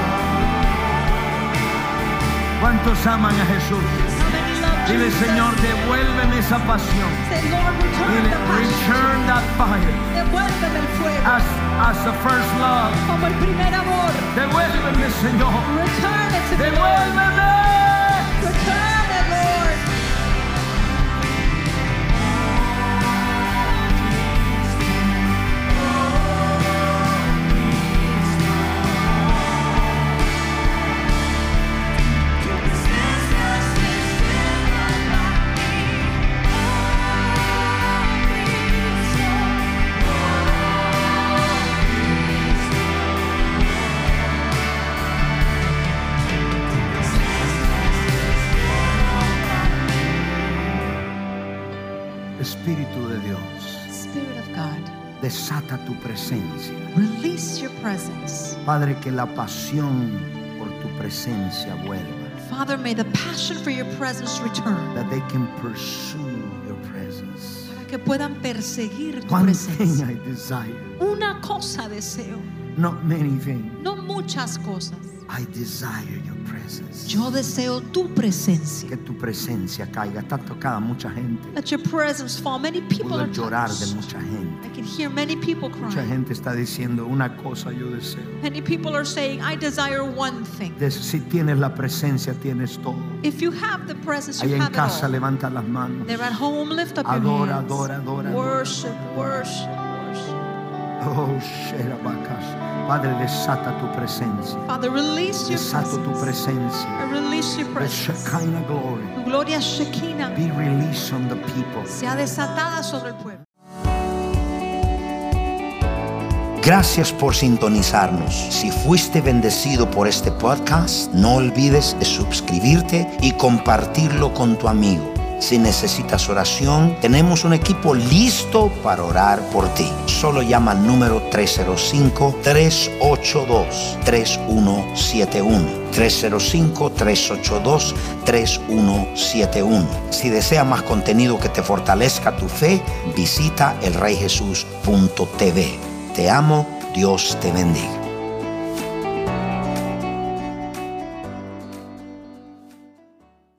oh ¿Cuántos aman a Jesús? How many love Dile, Jesus? Señor, devuélveme esa pasión. Say, Lord, return Dile, the passion. return Ah. that fire. Devuélveme el fuego. As, as the first love. Como el primer amor. Devuélveme, Señor. Return it to me, Lord. Devuélveme. Return it, Lord. tus estrellas del cielo para mí. Oh Cristo, oh Cristo. Espíritu de Dios, Spirit of God, desata tu presencia. release your presence. Padre, que la pasión por tu presencia vuelva. Father, may the passion for your presence return. That they can pursue your presence. Para que puedan perseguir tu One thing presencia. I desire, Una cosa deseo, not many things. no muchas cosas. I desire your presence. Yo deseo tu presencia. Que tu presencia caiga. Está tocada mucha gente. Let your presence fall. Many people Puedo are llorar de touched. mucha gente. I can hear many people Mucha crying. gente está diciendo una cosa yo deseo. Many people are saying, I desire one thing. De- si tienes la presencia, tienes todo. If you have the presence, Ahí you en have it casa all. levanta las manos. They're at home, lift up your Adora, hands. adora, adora, adora. worship, worship, worship. Oh, Sherabakash. Padre, desata tu presencia. Father, release your Desato tu presence. presencia. I release your The presence. Shekinah glory Tu gloria Shekinah be released on the people. sea desatada sobre el pueblo. Gracias por sintonizarnos. Si fuiste bendecido por este podcast, no olvides de suscribirte y compartirlo con tu amigo. Si necesitas oración, tenemos un equipo listo para orar por ti. Solo llama al número 305-382-3171. 305-382-3171. Si desea más contenido que te fortalezca tu fe, visita elreyjesus.tv. Te amo, Dios te bendiga.